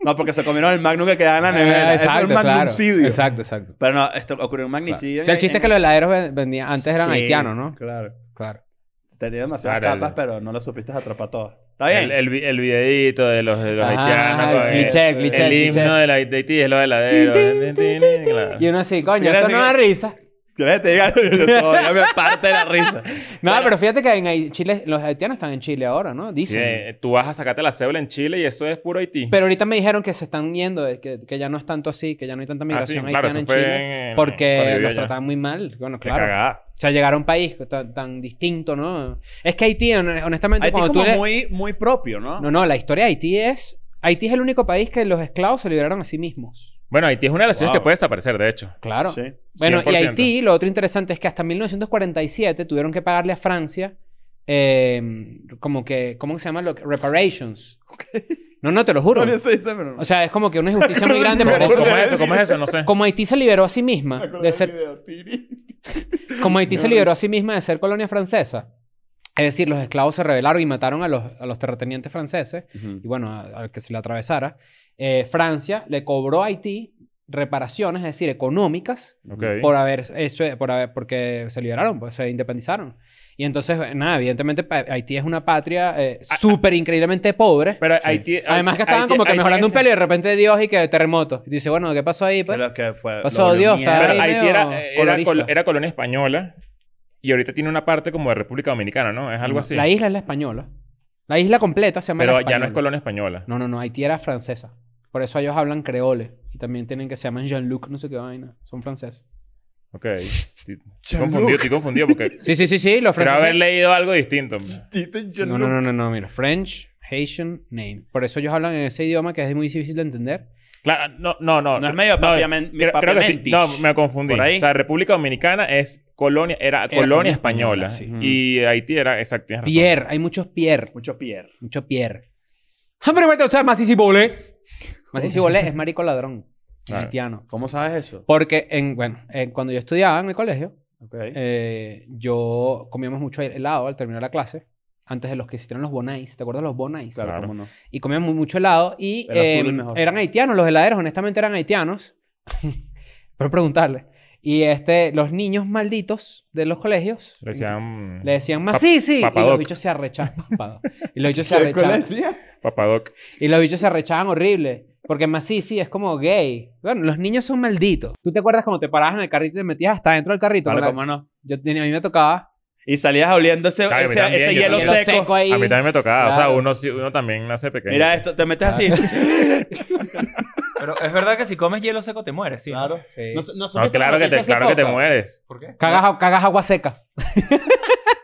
C: No, porque se comieron el magnum que quedaba en la Ah, nevera.
D: Eh,
C: Eso era
D: exacto,
C: un
D: claro.
C: magnumcidio.
D: Exacto, exacto.
C: Pero no, esto ocurrió un
D: Claro.
C: magnicidio.
D: O sea, el chiste es que los heladeros ven- vendían, antes eran
C: Sí,
D: haitianos, ¿no?
C: Claro.
D: Claro.
C: Tenía demasiadas
B: Claro, el-
C: capas, pero no las supiste atrapar todas. ¿Está bien?
B: El, el, vi- el videíto de los, de los haitianos.
D: Ah,
B: con
D: el cliché, el
B: el
D: cliché, el cliché.
B: himno de la de Haití es lo de la de... Claro.
D: Y uno así, coño,
C: Mira,
D: esto
C: así
D: no
C: que-
D: da risa.
C: ¿Quieres que te
D: [LAUGHS]
C: diga? No, ya me parte de la risa.
D: No, pero fíjate que en Hai- Chile, los haitianos están en Chile ahora, ¿no?
B: Sí,
D: Dicen.
B: eh, tú vas a sacarte la cédula en Chile y eso es puro Haití.
D: Pero ahorita me dijeron que se están yendo, de que, que ya no es tanto así, que ya no hay tanta
B: Ah,
D: migración
B: sí, claro,
D: haitiana
B: eso
D: en
B: fue
D: Chile.
B: en- cuando
D: Porque
B: vivía
D: los
B: allá.
D: trataban muy mal. Bueno,
B: Qué
D: claro.
B: cagada.
D: O sea, llegar a un país tan, tan distinto, ¿no? Es que Haití, hon- honestamente,
C: Haití
D: cuando
C: como
D: tú le-
C: muy, muy propio, ¿no?
D: No, no, la historia de Haití es... Haití es el único país que los esclavos se liberaron a sí mismos.
B: Bueno, Haití es una de las ciudades
C: Wow.
B: que puede desaparecer, de hecho.
D: Claro.
C: Sí.
D: Bueno, y
B: 100%.
D: Haití, lo otro interesante es que hasta 1947 tuvieron que pagarle a Francia eh, como que, ¿cómo se llama? Lo que- reparations. No, no, te lo juro.
C: No, no sé, sé, pero-
D: O sea, es como que una injusticia muy
B: [LAUGHS]
D: grande
B: ¿Cómo,
D: por eso.
B: cómo es eso? ¿Cómo es eso? No sé.
D: [LAUGHS] Como Haití se liberó a sí
C: Me
D: misma
C: acordé
D: Ah, de ser,
C: del video, Tiri.
D: como Haití se
C: No,
D: liberó a sí misma de ser colonia francesa. Es decir, los esclavos se rebelaron y mataron a los, a los terratenientes franceses y bueno, a- al que se le atravesara. Eh, Francia le cobró a Haití reparaciones, es decir, económicas
B: Ok.
D: por haber eso por haber porque se liberaron pues se independizaron y entonces eh, nada evidentemente pa- Haití es una patria eh, súper increíblemente pobre
B: Pero Haití...
D: además que estaban
B: Haití-
D: como que
B: Haití
D: mejorando un
B: está-
D: pelo y de repente Dios y que terremoto y dice bueno qué pasó ahí pues
C: Pero que fue-
D: Pasó,
C: logró
D: Dios,
C: mierda.
D: está
B: Pero
D: ahí.
B: Haití
D: medio
B: era, era,
D: colorista.
B: col- era colonia española y ahorita tiene una parte como de República Dominicana, ¿no? Es algo así.
D: la isla es la española la isla completa se llama
B: Pero
D: la
B: ya no es
D: Española.
B: colonia española.
D: no no no Haití era francesa por eso ellos hablan creole y también tienen que se llaman Jean-Luc no sé qué vaina son franceses
B: Ok. Estoy estoy
C: [LAUGHS]
B: confundido, estoy confundido porque...
D: sí sí sí sí los
B: Creo
D: franceses
B: haber leído algo distinto.
C: Tite, yo
D: No, no, no, no, no, mira. French, Haitian, name. Por eso ellos hablan en ese idioma que es muy difícil de entender.
B: Claro, no, no, no.
C: No es medio papiamen-
B: creo- creo que sí.
C: papiamentish.
B: No, me confundí.
C: Por ahí.
B: O sea, República Dominicana es colonia, era,
D: colonia
B: colonia española.
D: española,
C: sí.
B: Y Haití era, exacto, tienes razón.
D: Pierre, hay muchos Pierre.
C: Mucho Pierre.
D: Mucho Pierre. Ah, pero vete, o sea, Masisi Bolé. Masisi Bolé es marico ladrón.
B: Claro.
D: Haitiano.
C: ¿Cómo sabes eso?
D: Porque, en, bueno, en- cuando yo estudiaba en el colegio,
C: Ok.
D: eh, yo comíamos mucho helado al terminar la clase. Antes de los que existieron los bonais. ¿Te acuerdas de los bonais?
C: claro,
B: claro.
C: cómo no.
D: y comían muy, mucho helado y
C: El azul
D: eh,
C: es mejor.
D: eran haitianos, los heladeros honestamente eran haitianos, [LAUGHS] por preguntarle. Y este, los niños malditos de los colegios
B: Le decían...
D: le decían,
B: Pap-
D: más sí, sí, y los
B: papadoc.
D: bichos
C: [LAUGHS]
D: se arrechaban, papado. y los bichos se arrechaban,
C: decía?
B: Papadoc.
D: y los bichos se arrechaban horrible. Porque más sí, sí, es como gay. Bueno, los niños son malditos. ¿Tú te acuerdas cuando te parabas en el carrito y te metías hasta dentro del carrito?
C: Claro,
D: Con
C: cómo
D: la-
C: no.
D: Yo tenía, a mí me tocaba.
C: Y salías oliendo ese,
B: Claro, a mí
C: ese,
B: también,
C: ese
B: yo
C: hielo
B: también.
C: seco.
D: ahí.
B: A mí también me tocaba. O sea,
D: Claro.
B: uno, sí- uno también nace pequeño.
C: Mira esto, te metes así.
E: Pero es verdad que si comes hielo seco te mueres, sí. [LAUGHS] ¿no?
D: Sí.
C: No, no,
B: no, claro que te, claro que te mueres.
E: ¿Por qué?
D: Cagas, cagas agua seca.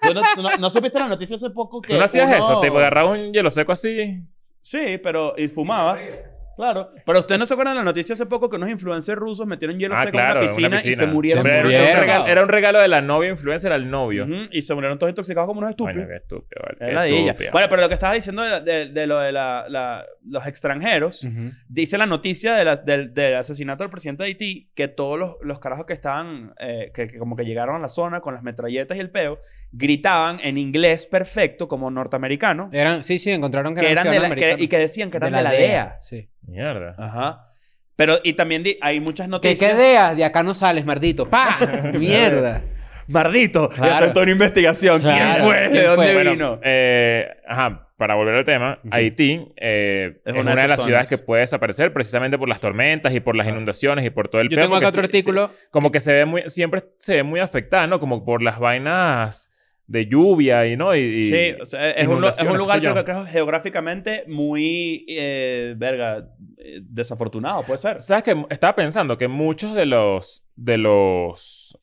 C: Tú no, tú no- no supiste la noticia hace poco que.
B: ¿Tú no hacías
C: uno-
B: eso? Te agarrabas un hielo seco así.
C: Sí, pero. Y fumabas. Claro. Pero ustedes no se acuerdan de la noticia hace poco que unos influencers rusos metieron hielo
B: ah,
C: seco
B: claro,
C: en una piscina, y se murieron.
B: Siempre era, un-
C: todos
B: Era, un
C: intoxicados.
B: regalo, era un regalo de la novia influencer al novio.
C: Ujú, Y se murieron todos intoxicados como unos estúpidos.
B: Bueno, qué estúpido. vale,
C: Es la de
B: qué
C: ella.
B: estúpido.
C: Bueno, pero lo que estabas diciendo de, la- de- de lo de la- la- los extranjeros, dice la noticia de la- del, del asesinato del presidente de Haití que todos los, los carajos que estaban, eh, que, que como que llegaron a la zona con las metralletas y el peo, gritaban en inglés perfecto como norteamericano,
D: Eran, sí, sí, encontraron Eh, que,
C: que eran de la- que-
D: ciudadanos
C: y que decían que eran de la,
D: americanos.
C: DEA.
D: Sí.
B: Mierda.
C: Ajá. Pero, y también di- hay muchas
D: Que
C: noticias.
D: qué deas, de acá no sales,
C: [LAUGHS]
D: mardito. ¡Pah! ¡Mierda!
C: Mardito, y
D: Claro.
C: aceptó una investigación.
D: Claro.
C: ¿Quién fue?
D: ¿Quién
C: ¿De dónde
D: fue?
B: Bueno,
C: vino?
B: eh, ajá, para volver al tema, Haití eh, es,
C: Es una
B: una, de
C: de esas
B: las
C: zonas. Ah.
B: ciudades que puede desaparecer precisamente por las tormentas y por las inundaciones y por todo el
D: Yo
B: peo,
D: tengo
B: porque
D: acá otro
B: se- se-
D: artículo.
B: como que se ve muy, siempre se ve muy afectada, ¿no? Como por las vainas de lluvia y, ¿no? Y, y-
C: Sí, o sea, es, un, lu- es un
B: inundaciones,
C: lugar
B: qué sé yo.
C: creo que creo, geográficamente muy, eh, verga, eh, desafortunado, puede ser.
B: ¿Sabes que Estaba pensando que muchos de los. de los.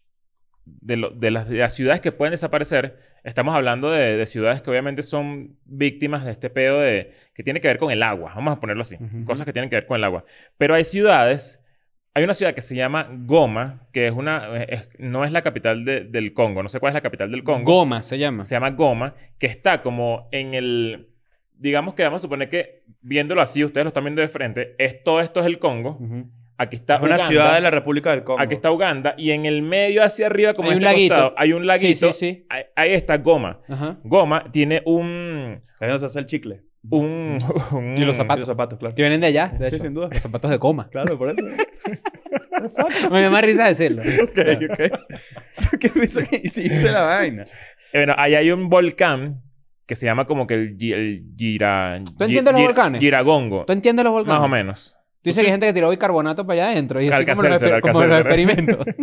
B: de, lo- de las, de las ciudades que pueden desaparecer, estamos hablando de, de ciudades que obviamente son víctimas de este pedo de. que tiene que ver con el agua. Vamos a ponerlo así.
D: Ujú.
B: Cosas que tienen que ver con el agua. Pero hay ciudades. Hay una ciudad que se llama Goma, que es una. es- no es la capital de- del Congo. No sé cuál es la capital del Congo
D: Goma se llama.
B: se llama Goma, que está como en el, digamos que vamos a suponer que viéndolo así, ustedes lo están viendo de frente, es, todo esto es el Congo,
D: Ujú.
B: aquí está
C: Es una
B: Uganda,
C: ciudad de la República del Congo.
B: aquí está Uganda, y en el medio hacia arriba, como
D: Hay
B: en
D: un
B: este
D: laguito.
B: costado, hay un laguito,
D: Sí, sí, sí.
B: ahí, ahí está Goma.
D: Ajá.
B: Goma tiene un,
C: Ahí donde se hace el chicle.
D: [LAUGHS]
C: Mm.
B: un... un-
D: Y los
C: Y
B: [LAUGHS]
D: zapatos.
C: los zapatos,
D: [LAUGHS]
C: claro.
D: Que vienen de allá, de
C: Sí,
D: hecho.
C: sin duda.
D: Los zapatos de coma.
C: Claro, por eso.
D: Me da más risa decirlo.
C: ok, ok. [LAUGHS] ¿Qué risa que hiciste la vaina?
B: Eh, Bueno, ahí hay un volcán que se llama como que el, gi- el Gira...
D: ¿Tú entiendes los volcanes?
B: Giragongo.
D: ¿Tú entiendes los volcanes?
B: Más o menos.
D: Tú dices que hay gente que tiró bicarbonato para allá adentro. Y así como los,
B: Alcacelser,
D: exper- como los
B: Alcacelser. [LAUGHS]
D: experimentos.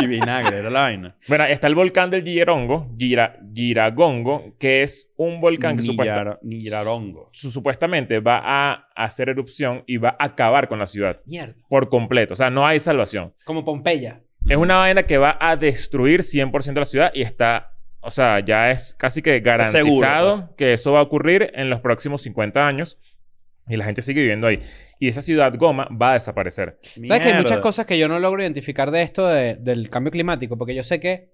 C: Y vinagre, era la vaina.
B: Bueno, está el volcán del Girongo, Gira, Giragongo, que es un volcán que supuesta-
C: Niyara- Niyararongo.
B: su- supuestamente va a hacer erupción y va a acabar con la ciudad
D: Mierda.
B: por completo. O sea, no hay salvación.
D: Como Pompeya.
B: Es una vaina que va a destruir 100% la ciudad y está, o sea, ya es casi que garantizado
C: pues.
B: que eso va a ocurrir en los próximos 50 años y la gente sigue viviendo ahí. Y esa ciudad goma va a desaparecer.
D: ¿Sabes que hay muchas
C: Mierda.
D: cosas que yo no logro identificar de esto de- del cambio climático? Porque yo sé que,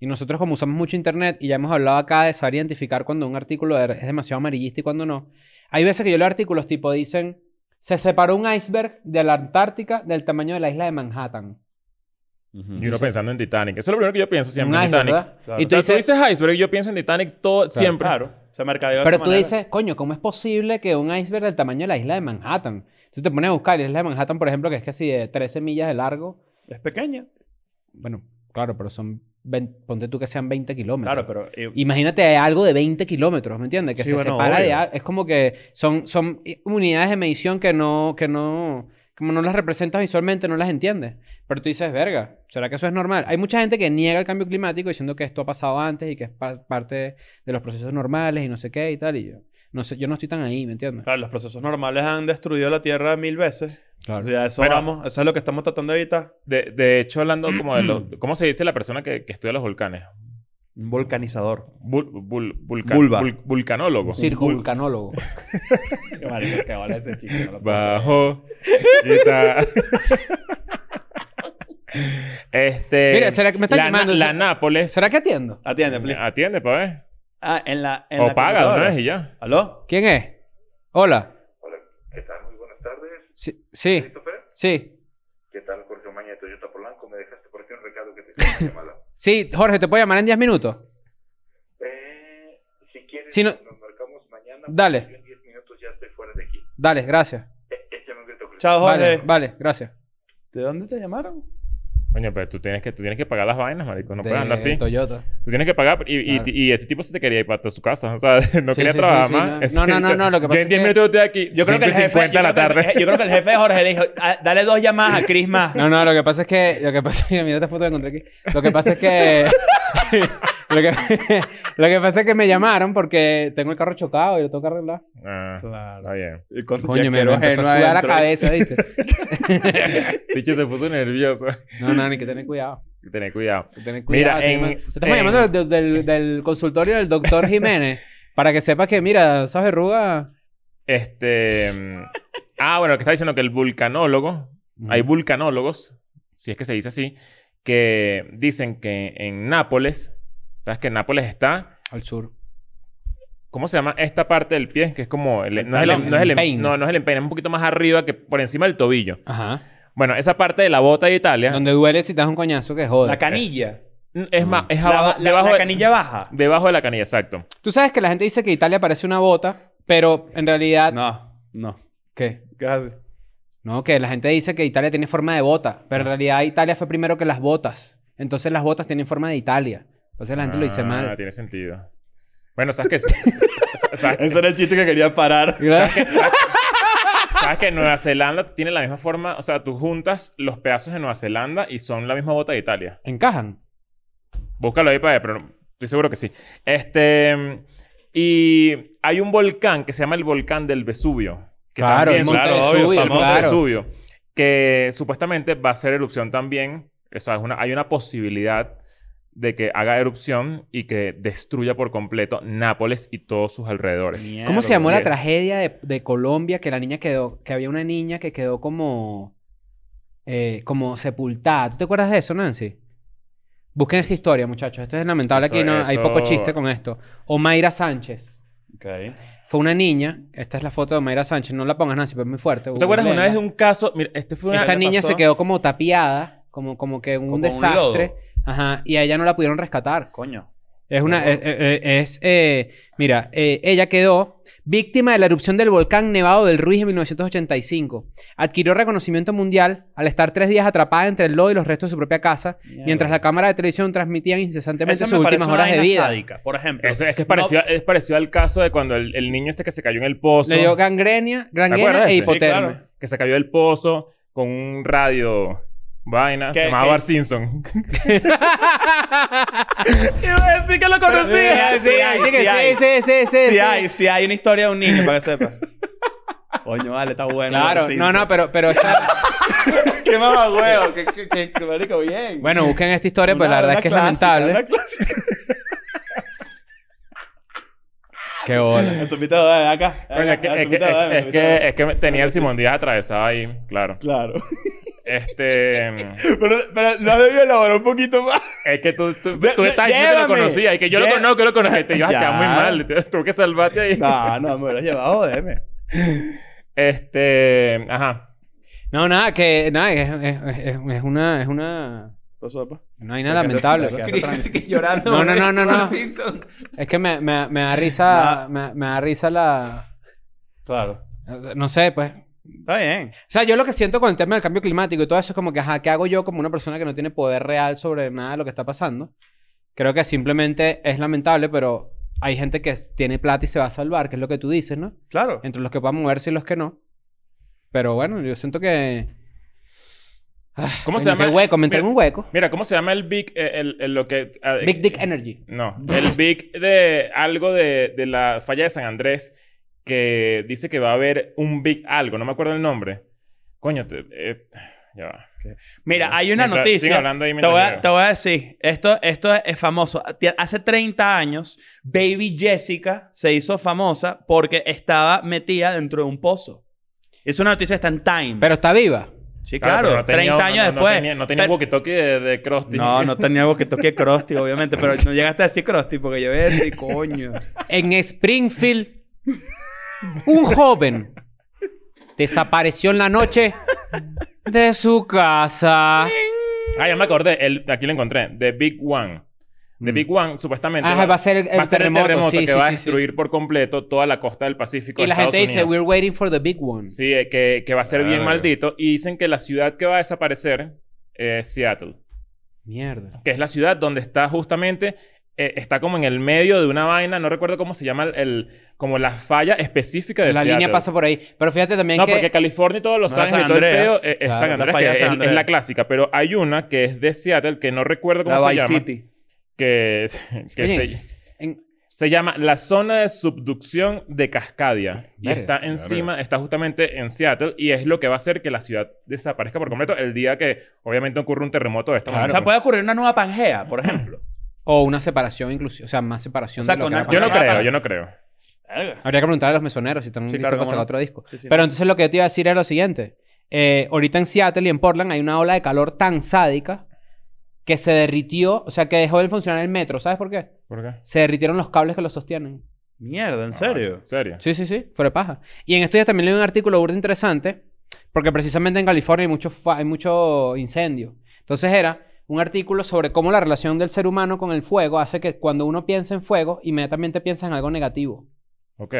D: y nosotros como usamos mucho internet y ya hemos hablado acá de saber identificar cuando un artículo er- es demasiado amarillista y cuando no, hay veces que yo leo artículos tipo dicen, se separó un iceberg de la Antártica del tamaño de la isla de Manhattan.
C: Ujú.
B: Y uno pensando en Titanic. Eso es lo primero que yo pienso siempre
D: un
B: en
D: iceberg,
B: Titanic.
D: ¿verdad?
C: Claro.
D: Y
B: O
D: tú
B: sea, tú
D: dices,
B: dices iceberg, yo pienso en Titanic todo, siempre.
C: Claro. Ah. Se mercadeó de
D: pero
C: esa
D: tú
C: manera.
D: dices, coño, ¿cómo es posible que un iceberg del tamaño de la isla de Manhattan? Tú te pones a buscar y la isla de Manhattan, por ejemplo, que es casi de 13 millas de largo.
C: Es pequeña.
D: Bueno, claro, pero son... 20 ponte tú que sean 20 kilómetros.
C: Claro, pero... eh,
D: Imagínate algo de 20 kilómetros, ¿me entiendes? Que
C: Sí,
D: se
C: bueno,
D: separa de...
C: obvio.
D: a- Es como que son, son unidades de medición que no... Que no como no las representas visualmente, no las entiendes. Pero tú dices, verga, ¿será que eso es normal? Hay mucha gente que niega el cambio climático diciendo que esto ha pasado antes y que es pa- parte de los procesos normales y no sé qué y tal. Y yo no, sé, yo no estoy tan ahí, ¿me entiendes?
C: Claro, los procesos normales han destruido la Tierra mil veces. O
D: Claro.
C: sea, eso
B: Pero-
C: vamos, eso es lo que estamos tratando de evitar.
B: De, de hecho, hablando como de los...
C: [CLEARS THROAT]
B: ¿Cómo se dice la persona que, que estudia los volcanes?
C: Un
D: [LAUGHS]
C: volcanizador.
B: Vul- vul- vulca-
C: Vulva.
B: vul- vulcanólogo.
D: Circunvulcanólogo.
B: pues,
C: Qué marico, qué vale ese chico. no lo puedo creer.
B: Bajo. guitarra. este...
D: Mira, ¿será que me están
B: la,
D: llamando?
B: Na- La
D: ¿Se-
B: Nápoles...
D: ¿Será que atiendo?
C: [LAUGHS] Atiende, please.
B: Atiende, pa' ver.
C: Ah, en la. En
B: O
C: la
B: paga de una
C: computadora.
B: vez y ya.
C: ¿Aló?
D: ¿Quién es? Hola.
F: Hola, ¿qué tal? Muy buenas tardes,
D: Sí. Sí.
F: Christopher.
D: sí.
F: ¿Qué tal, Jorge Omaña de Toyota Polanco? Me dejaste por aquí un recado que te tengo
D: [LAUGHS]
F: que mala.
D: Sí, Jorge, ¿te puedo llamar en 10 minutos?
F: Eh, si quieres,
D: Si no-
F: nos marcamos mañana.
D: Dale.
F: porque Yo en 10 minutos ya estoy fuera de aquí.
D: Dale, gracias.
F: Eh, échame un grito, Christopher.
C: Chao, Jorge.
D: Vale, vale, gracias.
C: ¿De dónde te llamaron?
B: Coño, pero tú tienes que, tú tienes que pagar las vainas, marico. No puedes andar así.
D: Toyota.
B: Tú tienes que pagar y, y-
D: Claro.
B: y este tipo se te quería ir para su casa. O sea, [LAUGHS] no
D: Sí,
B: quería
D: sí,
B: trabajar
D: sí, sí,
B: más.
D: no. No, no, no, no, lo que
B: Yo
D: pasa es
B: en 10
D: que-
B: minutos estoy aquí.
C: Yo creo que el jefe.
B: 5:50 de la
C: yo creo que el
B: tarde.
C: jefe- yo creo que el jefe de Jorge le dijo: "Ah, dale dos llamadas a Chris más.
D: [LAUGHS] No, no, lo que pasa es que. Lo que pasa [LAUGHS] es que. Mira esta foto que encontré aquí. Lo que pasa es que. [LAUGHS] lo, que [LAUGHS] lo que pasa es que me llamaron porque tengo el carro chocado y lo tengo que arreglar.
B: Ah,
C: Claro.
B: está bien.
C: Y Con tu
D: Coño, me,
C: yaquero
D: me empezó a
C: ajeno
D: sudar la
C: adentro.
D: cabeza, ¿viste?
B: Ticho se puso nervioso.
D: [LAUGHS]
B: [LAUGHS]
D: No, no, ni que tener cuidado.
B: Tener cuidado.
D: que tener
B: Mira,
D: cuidado. sí,
B: en-
D: man. Te Estamos
B: en-
D: llamando del, del- del consultorio del doctor Jiménez para que sepas que, mira, esas verrugas.
B: Este. mm, ah, bueno, lo que está diciendo que el vulcanólogo. Hay vulcanólogos, si es que se dice así, que dicen que en Nápoles. ¿Sabes que en Nápoles está?
D: Al sur.
B: ¿Cómo se llama esta parte del pie? Que es como. el- no, es
C: talón,
B: el, no es el
D: el
B: em-
D: empeine.
B: no, no es el empeine, es un poquito más arriba que por encima del tobillo.
D: Ajá.
B: Bueno, esa parte de la bota de Italia.
D: Donde duele si te das un coñazo que joder.
C: La canilla.
B: Es más, es
C: La,
B: abajo,
C: la-
B: debajo,
C: la
B: de-
C: canilla baja.
B: debajo de la canilla, exacto.
D: Tú sabes que la gente dice que Italia parece una bota, pero en realidad...
C: No, no.
D: ¿Qué?
C: ¿Qué haces?
D: No, que la gente dice que Italia tiene forma de bota, pero en realidad Italia fue primero que las botas. Entonces las botas tienen forma de Italia. Entonces la gente lo dice
B: Ah,
D: mal.
B: tiene sentido. Bueno, sabes
C: [LAUGHS]
B: que. sabes que-
C: Ese era el chiste que quería parar.
B: Sabes que Nueva Zelanda tiene la misma forma, o sea, tú juntas los pedazos de Nueva Zelanda y son la misma bota de Italia.
D: [LAUGHS] Encajan.
B: Búscalo ahí para ver, pero estoy seguro que sí. Este y hay un volcán que se llama el volcán del Vesubio, que
D: Claro,
B: también
D: el
B: es
D: Monte
C: claro,
D: Vesubio,
C: obvio,
B: el famoso
D: claro.
B: Vesubio, que supuestamente va a hacer erupción también, o sea, es una- hay una posibilidad de que haga erupción y que destruya por completo Nápoles y todos sus alrededores.
D: ¿Cómo se llamó la
B: Mierda.
D: tragedia de, de Colombia que la niña quedó, que había una niña que quedó como, eh, como sepultada? ¿Tú te acuerdas de eso, Nancy? Busquen esta historia, muchachos. Esto es lamentable
B: Eso-
D: aquí, no, hay poco
B: eso-
D: chiste con esto. Omaira Sánchez.
C: Ok.
D: Fue una niña. Esta es la foto de Mayra Sánchez. No la pongas, Nancy, pero es muy fuerte.
B: ¿Tú te acuerdas una
D: Googleenla.
B: vez de un caso? Mira, este fue una,
D: Esta
C: ¿Qué le
D: niña
C: pasó?
D: se quedó como tapiada, como, como que en un
C: Como un
D: desastre.
C: lodo.
D: Ajá. Y a ella no la pudieron rescatar.
C: Coño.
D: Es una. Es. es- es, eh, mira, eh, ella quedó víctima de la erupción del volcán Nevado del Ruiz en 1985. Adquirió reconocimiento mundial al estar tres días atrapada entre el lodo y los restos de su propia casa, mientras la cámara de televisión transmitía incesantemente
C: Esa
D: sus
C: me parece
D: últimas
C: una
D: horas de
C: vaina
D: vida.
C: sádica, por ejemplo.
B: Eso es que es parecido, es parecido al caso de cuando el, el niño este que se cayó en el pozo,
D: Le dio gangrenia, gangrena
B: acuerdas
D: e
B: de ese?
C: Sí, claro.
D: hipotermia.
B: que se cayó del pozo con un radio vaina, se
C: ¿Qué-
B: llamaba
C: qué-
B: Bart Simpson. Iba a decir que lo
C: Pero-
B: conocía.
C: Sí, hay,
D: sí,
C: sí
D: que
C: hay.
D: sí, sí, sí, sí,
C: Si
D: sí.
C: hay, si hay una historia de un niño, para que sepa. [LAUGHS] Coño, vale, está bueno.
D: Claro,
C: Sí,
D: no,
C: sí.
D: no, pero, pero esta-
C: [LAUGHS] Qué mamagüeo, qué, qué, qué, qué marico, bien.
D: bueno, busquen esta historia, pues
C: Una-
D: la verdad
C: una
D: es que
C: clásica,
D: es lamentable.
C: una clásica. [LAUGHS]
D: Qué bola.
C: Asomito, dame acá.
B: Coño, es que- es que-
C: Asomito, dame,
B: es- es que-
C: asomito.
B: es que tenía el Simón Díaz atravesado ahí, claro.
C: Claro. [LAUGHS]
B: Este.
C: Pero, pero lo has debido elaborar un poquito más. [LAUGHS]
B: Es que tú, tú,
C: Ve-
B: tú
C: ve-
B: estás diciendo que lo
C: llévame.
B: conocías. Y que yo
C: Lle-
B: lo conozco, yo lo conozco. Y Te ibas a quedar muy
C: [LAUGHS] Ya.
B: mal. te- Tuve que salvarte ahí.
C: No, no, me lo has llevado, déjeme.
B: Este. Ajá.
D: No, nada, que nada, es, es- es- es una, es una, una vaina
C: Porque
D: lamentable.
C: te- te-
E: Cristo, así que llorando.
D: No, no, no, no,
E: Bart
D: no.
E: Simpson.
D: Es que me, me- me da risa, me, me da risa la,
C: Claro.
D: no sé, pues. O
C: Está bien.
D: sea, yo lo que siento con el tema del cambio climático y todo eso es como que, ajá, ¿qué hago yo como una persona que no tiene poder real sobre nada de lo que está pasando? Creo que simplemente es lamentable, pero hay gente que s- tiene plata y se va a salvar, que es lo que tú dices, ¿no?
C: Claro.
D: Entre los que puedan moverse y los que no. Pero bueno, yo siento que...
B: ¿Cómo se
D: Coño,
B: llama?
D: Qué hueco, me entré en
B: Mira-
D: un hueco.
B: Mira, ¿cómo se llama el Big. eh, el, el lo que, ah,
D: Big Dick
B: eh,
D: Energy.
B: No. El Big de algo de, de la falla de San Andrés que dice que va a haber un Big algo. No me acuerdo el nombre. Coño, te- eh, ya va.
C: Mira, hay una
B: Mientras- sigue
C: noticia.
B: hablando ahí
C: Te
B: mientras
C: voy,
B: llega.
C: a, te voy a decir, esto, esto es famoso. Ti- Hace 30 años, Baby Jessica se hizo famosa porque estaba metida dentro de un pozo. Es una noticia está en Time.
D: Pero está viva.
C: sí,
B: Claro,
C: claro,
B: pero no tenía-
C: 30 años
B: no- no-
C: después.
B: No tenía, no tenía
C: Pero-
B: walkie-talkie de, de Krusty.
C: no, no tenía algo que toque Krusty, obviamente, pero no llegaste a decir Krusty porque yo voy a decir,
B: [LAUGHS]
C: coño.
D: En Springfield, un joven desapareció en la noche de su casa.
B: Ah, ya me acordé. El, aquí lo encontré. The Big One.
C: Mm.
B: The Big One, supuestamente.
D: Ah, va a ser el- el
B: va a ser este
D: terremoto, sí,
B: que
D: sí,
B: va a
D: sí, sí.
B: destruir por completo toda la costa del Pacífico.
D: Y
B: de
D: la gente
B: Estados
D: dice,
B: Unidos.
D: we're waiting for the big one.
B: Sí, eh, que, que va a ser bien
E: Verga.
B: maldito. Y dicen que la ciudad que va a desaparecer es Seattle.
D: Mierda.
B: Que es la ciudad donde está justamente... eh, está como en el medio de una vaina. No recuerdo cómo se llama el... el- como la falla específica de
D: La
B: Seattle.
D: línea pasa por ahí. Pero fíjate también
B: No,
D: que...
B: porque California y todos los
C: No,
B: Ángeles y
C: San
B: todo el
C: Andreas.
B: pedo eh, es
D: Claro,
B: San
C: la
B: Andreas,
C: falla
B: que
C: de
B: es,
C: San
B: es la
C: Andreas.
B: clásica. Pero hay una que es de Seattle que no recuerdo cómo
C: La
B: se
C: Vice
B: llama.
C: City.
B: Que, que
D: Oye,
B: se,
D: en-
B: se llama la zona de subducción de Cascadia. Y
D: Verga.
B: está encima, está justamente en Seattle. Y es lo que va a hacer que la ciudad desaparezca por completo el día que obviamente ocurre un terremoto de esta
C: O
B: manera.
C: sea, puede ocurrir una nueva
B: [CLEARS THROAT]
C: Pangea, por ejemplo.
D: O una separación inclusive. O sea, más separación
C: O sea,
D: de lo
C: con
D: que
C: una-
D: era
B: Yo no
D: para-
B: creo, yo no creo.
C: Verga.
D: Habría que preguntar a los mesoneros si están
C: Sí,
D: listos
C: claro,
D: para
C: cómo
D: sacar
C: no.
D: otro disco.
C: Sí, sí,
D: Pero
C: no.
D: entonces lo que te iba a decir era lo siguiente. Eh, ahorita en Seattle y en Portland hay una ola de calor tan sádica que se derritió, o sea, que dejó de funcionar el metro. ¿Sabes por qué?
B: ¿Por qué?
D: Se derritieron los cables que lo sostienen.
C: Mierda, ¿en serio?
B: Ah, ¿En serio?
D: Sí, sí, sí, fuera de paja. Y en estos días también leí un artículo burda interesante, porque precisamente en California hay mucho, fa- hay mucho incendio. Entonces era un artículo sobre cómo la relación del ser humano con el fuego hace que cuando uno piensa en fuego, inmediatamente piensa en algo negativo.
B: Ok.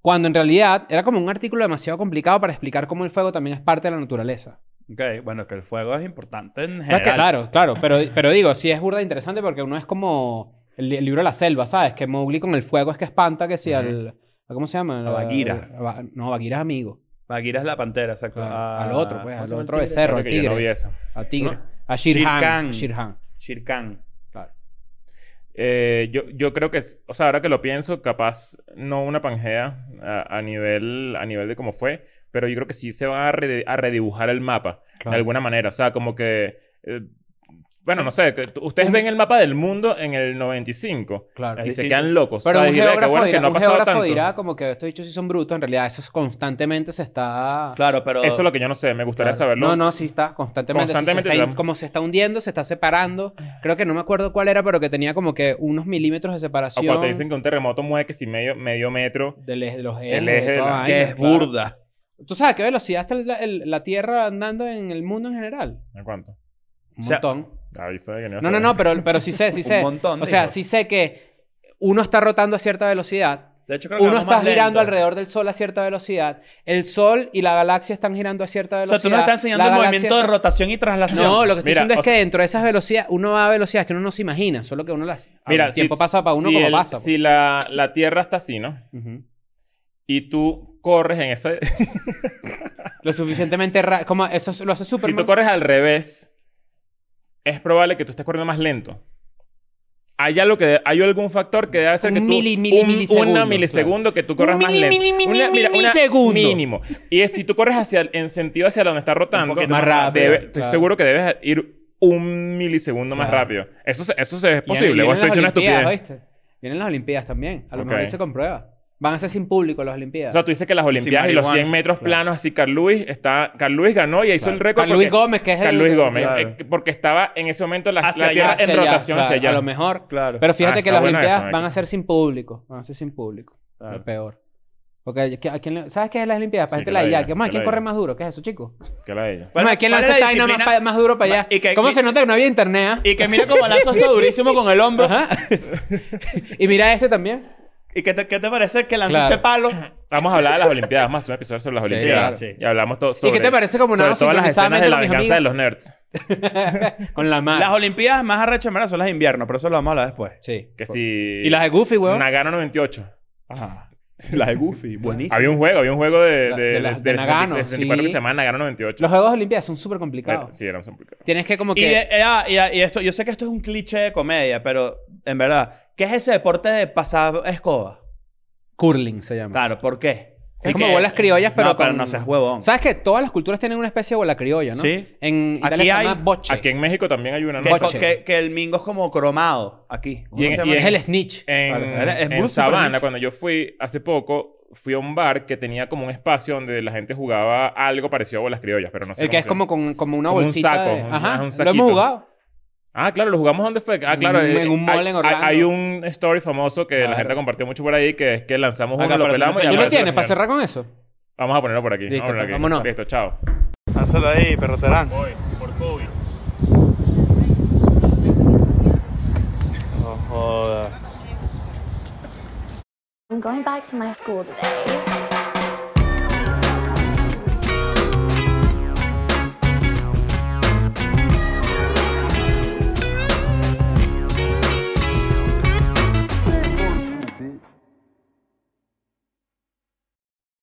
D: Cuando en realidad era como un artículo demasiado complicado para explicar cómo el fuego también es parte de la naturaleza.
C: Ok, bueno, que el fuego es importante en
D: O sea,
C: general.
D: que- claro, claro, pero, pero digo, sí es burda interesante porque uno es como el, li- el libro de la selva, ¿sabes? Que Mowgli con el fuego es que espanta que si al... ¿Cómo se llama?
C: A Bagheera.
D: A Ba- No, Bagheera es amigo.
C: Bagheera es la pantera, exacto.
D: Claro,
C: Ah,
D: al otro, pues,
C: ¿cómo
D: al
C: se llama el
D: otro
C: tigre?
D: becerro. Pero
B: Fíjate
D: el
B: que yo no
D: tigre.
B: vi eso.
D: A Tigre.
B: No.
D: A Shirhan.
C: Shirkan.
D: Shirhan.
C: Shere Khan.
D: Claro.
B: Eh, yo, yo creo que, es- o sea, ahora que lo pienso, capaz no una pangea a, a nivel, a nivel de cómo fue, pero yo creo que sí se va a, rede- a redibujar el mapa de
D: Claro.
B: alguna manera. O sea, como que. eh, bueno, no sé, que t- ustedes ven el mapa del mundo en el 95
D: Claro.
C: Es
B: y se
C: distinto.
B: quedan locos.
D: Pero
B: O sea,
D: un
B: diré, qué
D: geógrafo,
B: bueno que
D: dirá,
B: no ha
D: un
B: pasado
D: geógrafo
B: tanto.
D: dirá como que estos bichos sí son brutos. En realidad, eso es constantemente se está...
C: Claro, pero.
B: Eso es lo que yo no sé, me gustaría
D: Claro.
B: saberlo.
D: No, no, sí está constantemente. sí, se
B: Constantemente
D: está in-
B: está-
D: como se está hundiendo, se está separando. Creo que no me acuerdo cuál era, pero que tenía como que unos milímetros de
B: O
D: separación.
B: cuando te dicen que un terremoto mueve que si medio, medio metro.
D: del eje- de los ejes,
B: El eje
D: de toda
B: de la-
D: vaina,
C: que es
D: claro.
C: burda.
D: ¿Tú sabes a qué velocidad está el- el- la Tierra andando en el mundo en general?
B: ¿En cuánto?
D: Un
C: O sea,
D: montón.
B: Ahí sabe que no iba a
D: No, no,
B: saber.
D: no, pero, pero sí sé, sí
C: [LAUGHS] Un
D: sé.
C: montón,
D: o sea,
C: digo.
D: sí sé que uno está rotando a cierta velocidad,
C: De hecho, creo que
D: uno
C: vamos
D: está
C: más lento.
D: girando alrededor del sol a cierta velocidad, el sol y la galaxia están girando a cierta
C: O
D: velocidad.
C: sea, tú nos estás enseñando
D: la
C: el
D: galaxia
C: movimiento de
D: está-
C: rotación y traslación.
D: No, lo que estoy
B: Mira,
D: diciendo
B: o
D: es que
B: sea-
D: dentro de esas velocidades uno va a velocidades que uno no se imagina, solo que uno las.
B: Mira,
D: el
B: si-
D: tiempo pasa para uno
B: si
D: como
B: el-
D: pasa.
B: Si la, la Tierra está así, ¿no?
D: pues. Ujú.
B: Y tú corres en [LAUGHS] ese...
D: Lo suficientemente. ra- Como eso lo hace
B: si
D: Superman.
B: tú corres al revés, es probable que tú estés corriendo más lento. Hay algo que... Hay algún factor que debe ser que
D: Un
B: tú...
D: mili- mili- milisegundo,
B: Una
D: claro.
B: milisegundo que tú corras
D: Un
B: más
D: mili-
B: lento.
D: mili- mili-
B: Una- mira, una-
D: milisegundo.
B: Mínimo. Y es, si tú corres hacia el- en sentido hacia donde está rotando...
C: poquito
D: más rápido,
B: debe- estoy
D: claro.
B: seguro que debes ir un milisegundo más
D: Claro.
B: rápido. Eso, se- eso se- es
D: Vienen-
B: posible. O
D: vienen
B: estoy
D: las
B: diciendo una estupidez.
D: Olimpiadas, ¿oíste? Vienen las Olimpiadas también. A lo mejor
B: Ok.
D: ahí se comprueba. Van a ser sin público las
B: O
D: Olimpiadas.
B: sea, tú dices que las Olimpiadas y los
C: marihuana.
B: 100 metros planos, así Carl Lewis, está, Carl Lewis ganó y hizo el récord.
D: Carl Luis
B: porque-
D: Gómez, que es el.
B: Carl Lewis Gómez.
C: Claro.
B: eh, porque estaba en ese momento la,
C: Hacia
B: la Tierra
D: Hacia
B: en
D: allá,
B: rotación
D: claro,
B: hacia allá.
D: A lo mejor.
C: Claro.
D: Pero fíjate
B: Ah, está
D: que las
B: bueno
D: Olimpiadas
B: eso, hay
D: van
B: que
D: a ser sin público. Van a ser sin público.
C: Claro.
D: Lo peor. Porque ¿a quién- a quién le- ¿sabes qué es las Olimpiadas? Para
B: Sí,
D: gente
B: que
D: la
B: la
D: de allá.
B: diga,
D: ¿Qué más?
B: que
D: ¿Quién
B: la
D: corre
B: diga.
D: más duro? ¿Qué es eso, chicos?
B: Que la de ella.
C: ¿Cuál-
D: Vamos, ¿Quién
C: cuál
D: lanza
C: es la
D: esta vaina más,
C: disciplina?
D: pa- más duro para allá?
C: Y que-
D: ¿Cómo
C: y-
D: se nota que no había internet? ah?
C: Y que mira como lanzó
D: [LAUGHS]
C: esto durísimo con el hombro.
D: Ajá. [LAUGHS] y mira este también.
C: ¿Y qué te, qué te parece que lanzó este
D: Claro.
C: palo?
B: Vamos a hablar de las Olimpiadas. Vamos a hacer un episodio sobre las
D: Sí,
B: Olimpiadas.
C: claro, sí.
B: Y hablamos todo sobre...
D: te parece como
B: sobre
D: nada
B: todas las escenas
D: sincronizadamente
B: de la
D: con mis
B: venganza de
D: amigas?
B: los nerds.
D: Con la mano.
C: Las Olimpiadas más arrechas en verdad son las de invierno, pero eso lo vamos a hablar después.
D: Sí.
B: Que si...
D: Y las de Goofy, weón.
B: Nagano 98.
C: Ajá. [LAUGHS] Las de Goofy, buenísimo.
B: Había un juego, había un juego de...
D: La-
B: De,
D: de
B: de,
D: la-
B: de-
D: de
B: de-
D: Nagano,
B: de 64 que
D: sí.
B: se llamaba Nagano 98.
D: Los Juegos Olimpiadas son súper
B: Pero-
D: complicados.
B: Sí, eran súper complicados.
D: Tienes que como que...
C: Y, de- eh, ah, y, ah, y esto, yo sé que esto es un cliché de comedia, pero en verdad, ¿qué es ese deporte de pasar escoba?
D: Curling se llama.
C: Claro, ¿por qué?
D: Es como bolas criollas, pero
C: No, pero
D: con-
C: no seas huevón.
D: ¿Sabes que todas las culturas tienen una especie de bola criolla, no?
C: Sí.
D: En Italia
C: Aquí
D: se llama
C: hay-
D: boche.
B: Aquí en México también hay una, ¿no?
C: Que,
D: Boche.
C: que- que el mingo es como cromado aquí.
B: Y en-
C: ¿Cómo se
B: y
C: llama?
D: Es el snitch.
B: En,
C: Vale. Es
B: en
C: muy super
B: Sabana,
C: nicho.
B: cuando yo fui hace poco, fui a un bar que tenía como un espacio donde la gente jugaba algo parecido a bolas criollas, pero no sé.
D: el que
B: cómo
D: es
B: se
D: como,
B: llama.
D: con, como una
B: Como un
D: bolsita
B: saco,
D: de-
B: un-
D: Ajá.
B: ajá, un
D: Lo
B: saquito.
D: hemos jugado.
B: Ah, claro, lo jugamos ¿dónde fue? Ah, claro.
D: En un-
B: eh,
D: en un
B: hay-
D: mall en
B: hay-
D: Orlando.
B: Hay, un story famoso que
D: Claro.
B: la gente compartió mucho por ahí, que es que lanzamos
C: Acá
B: uno, lo
C: aparece una
B: pelamos y
C: señora.
D: ¿Tú lo
B: aparece la
D: tienes para
B: señora.
D: cerrar con eso?
B: Vamos a ponerlo por aquí.
D: Listo,
B: vamos a ponerlo aquí.
D: vámonos.
B: Listo, chao.
G: Lánzalo ahí, perroterán.
B: Voy, por COVID.
G: No joda.
A: I'm going back to my school today.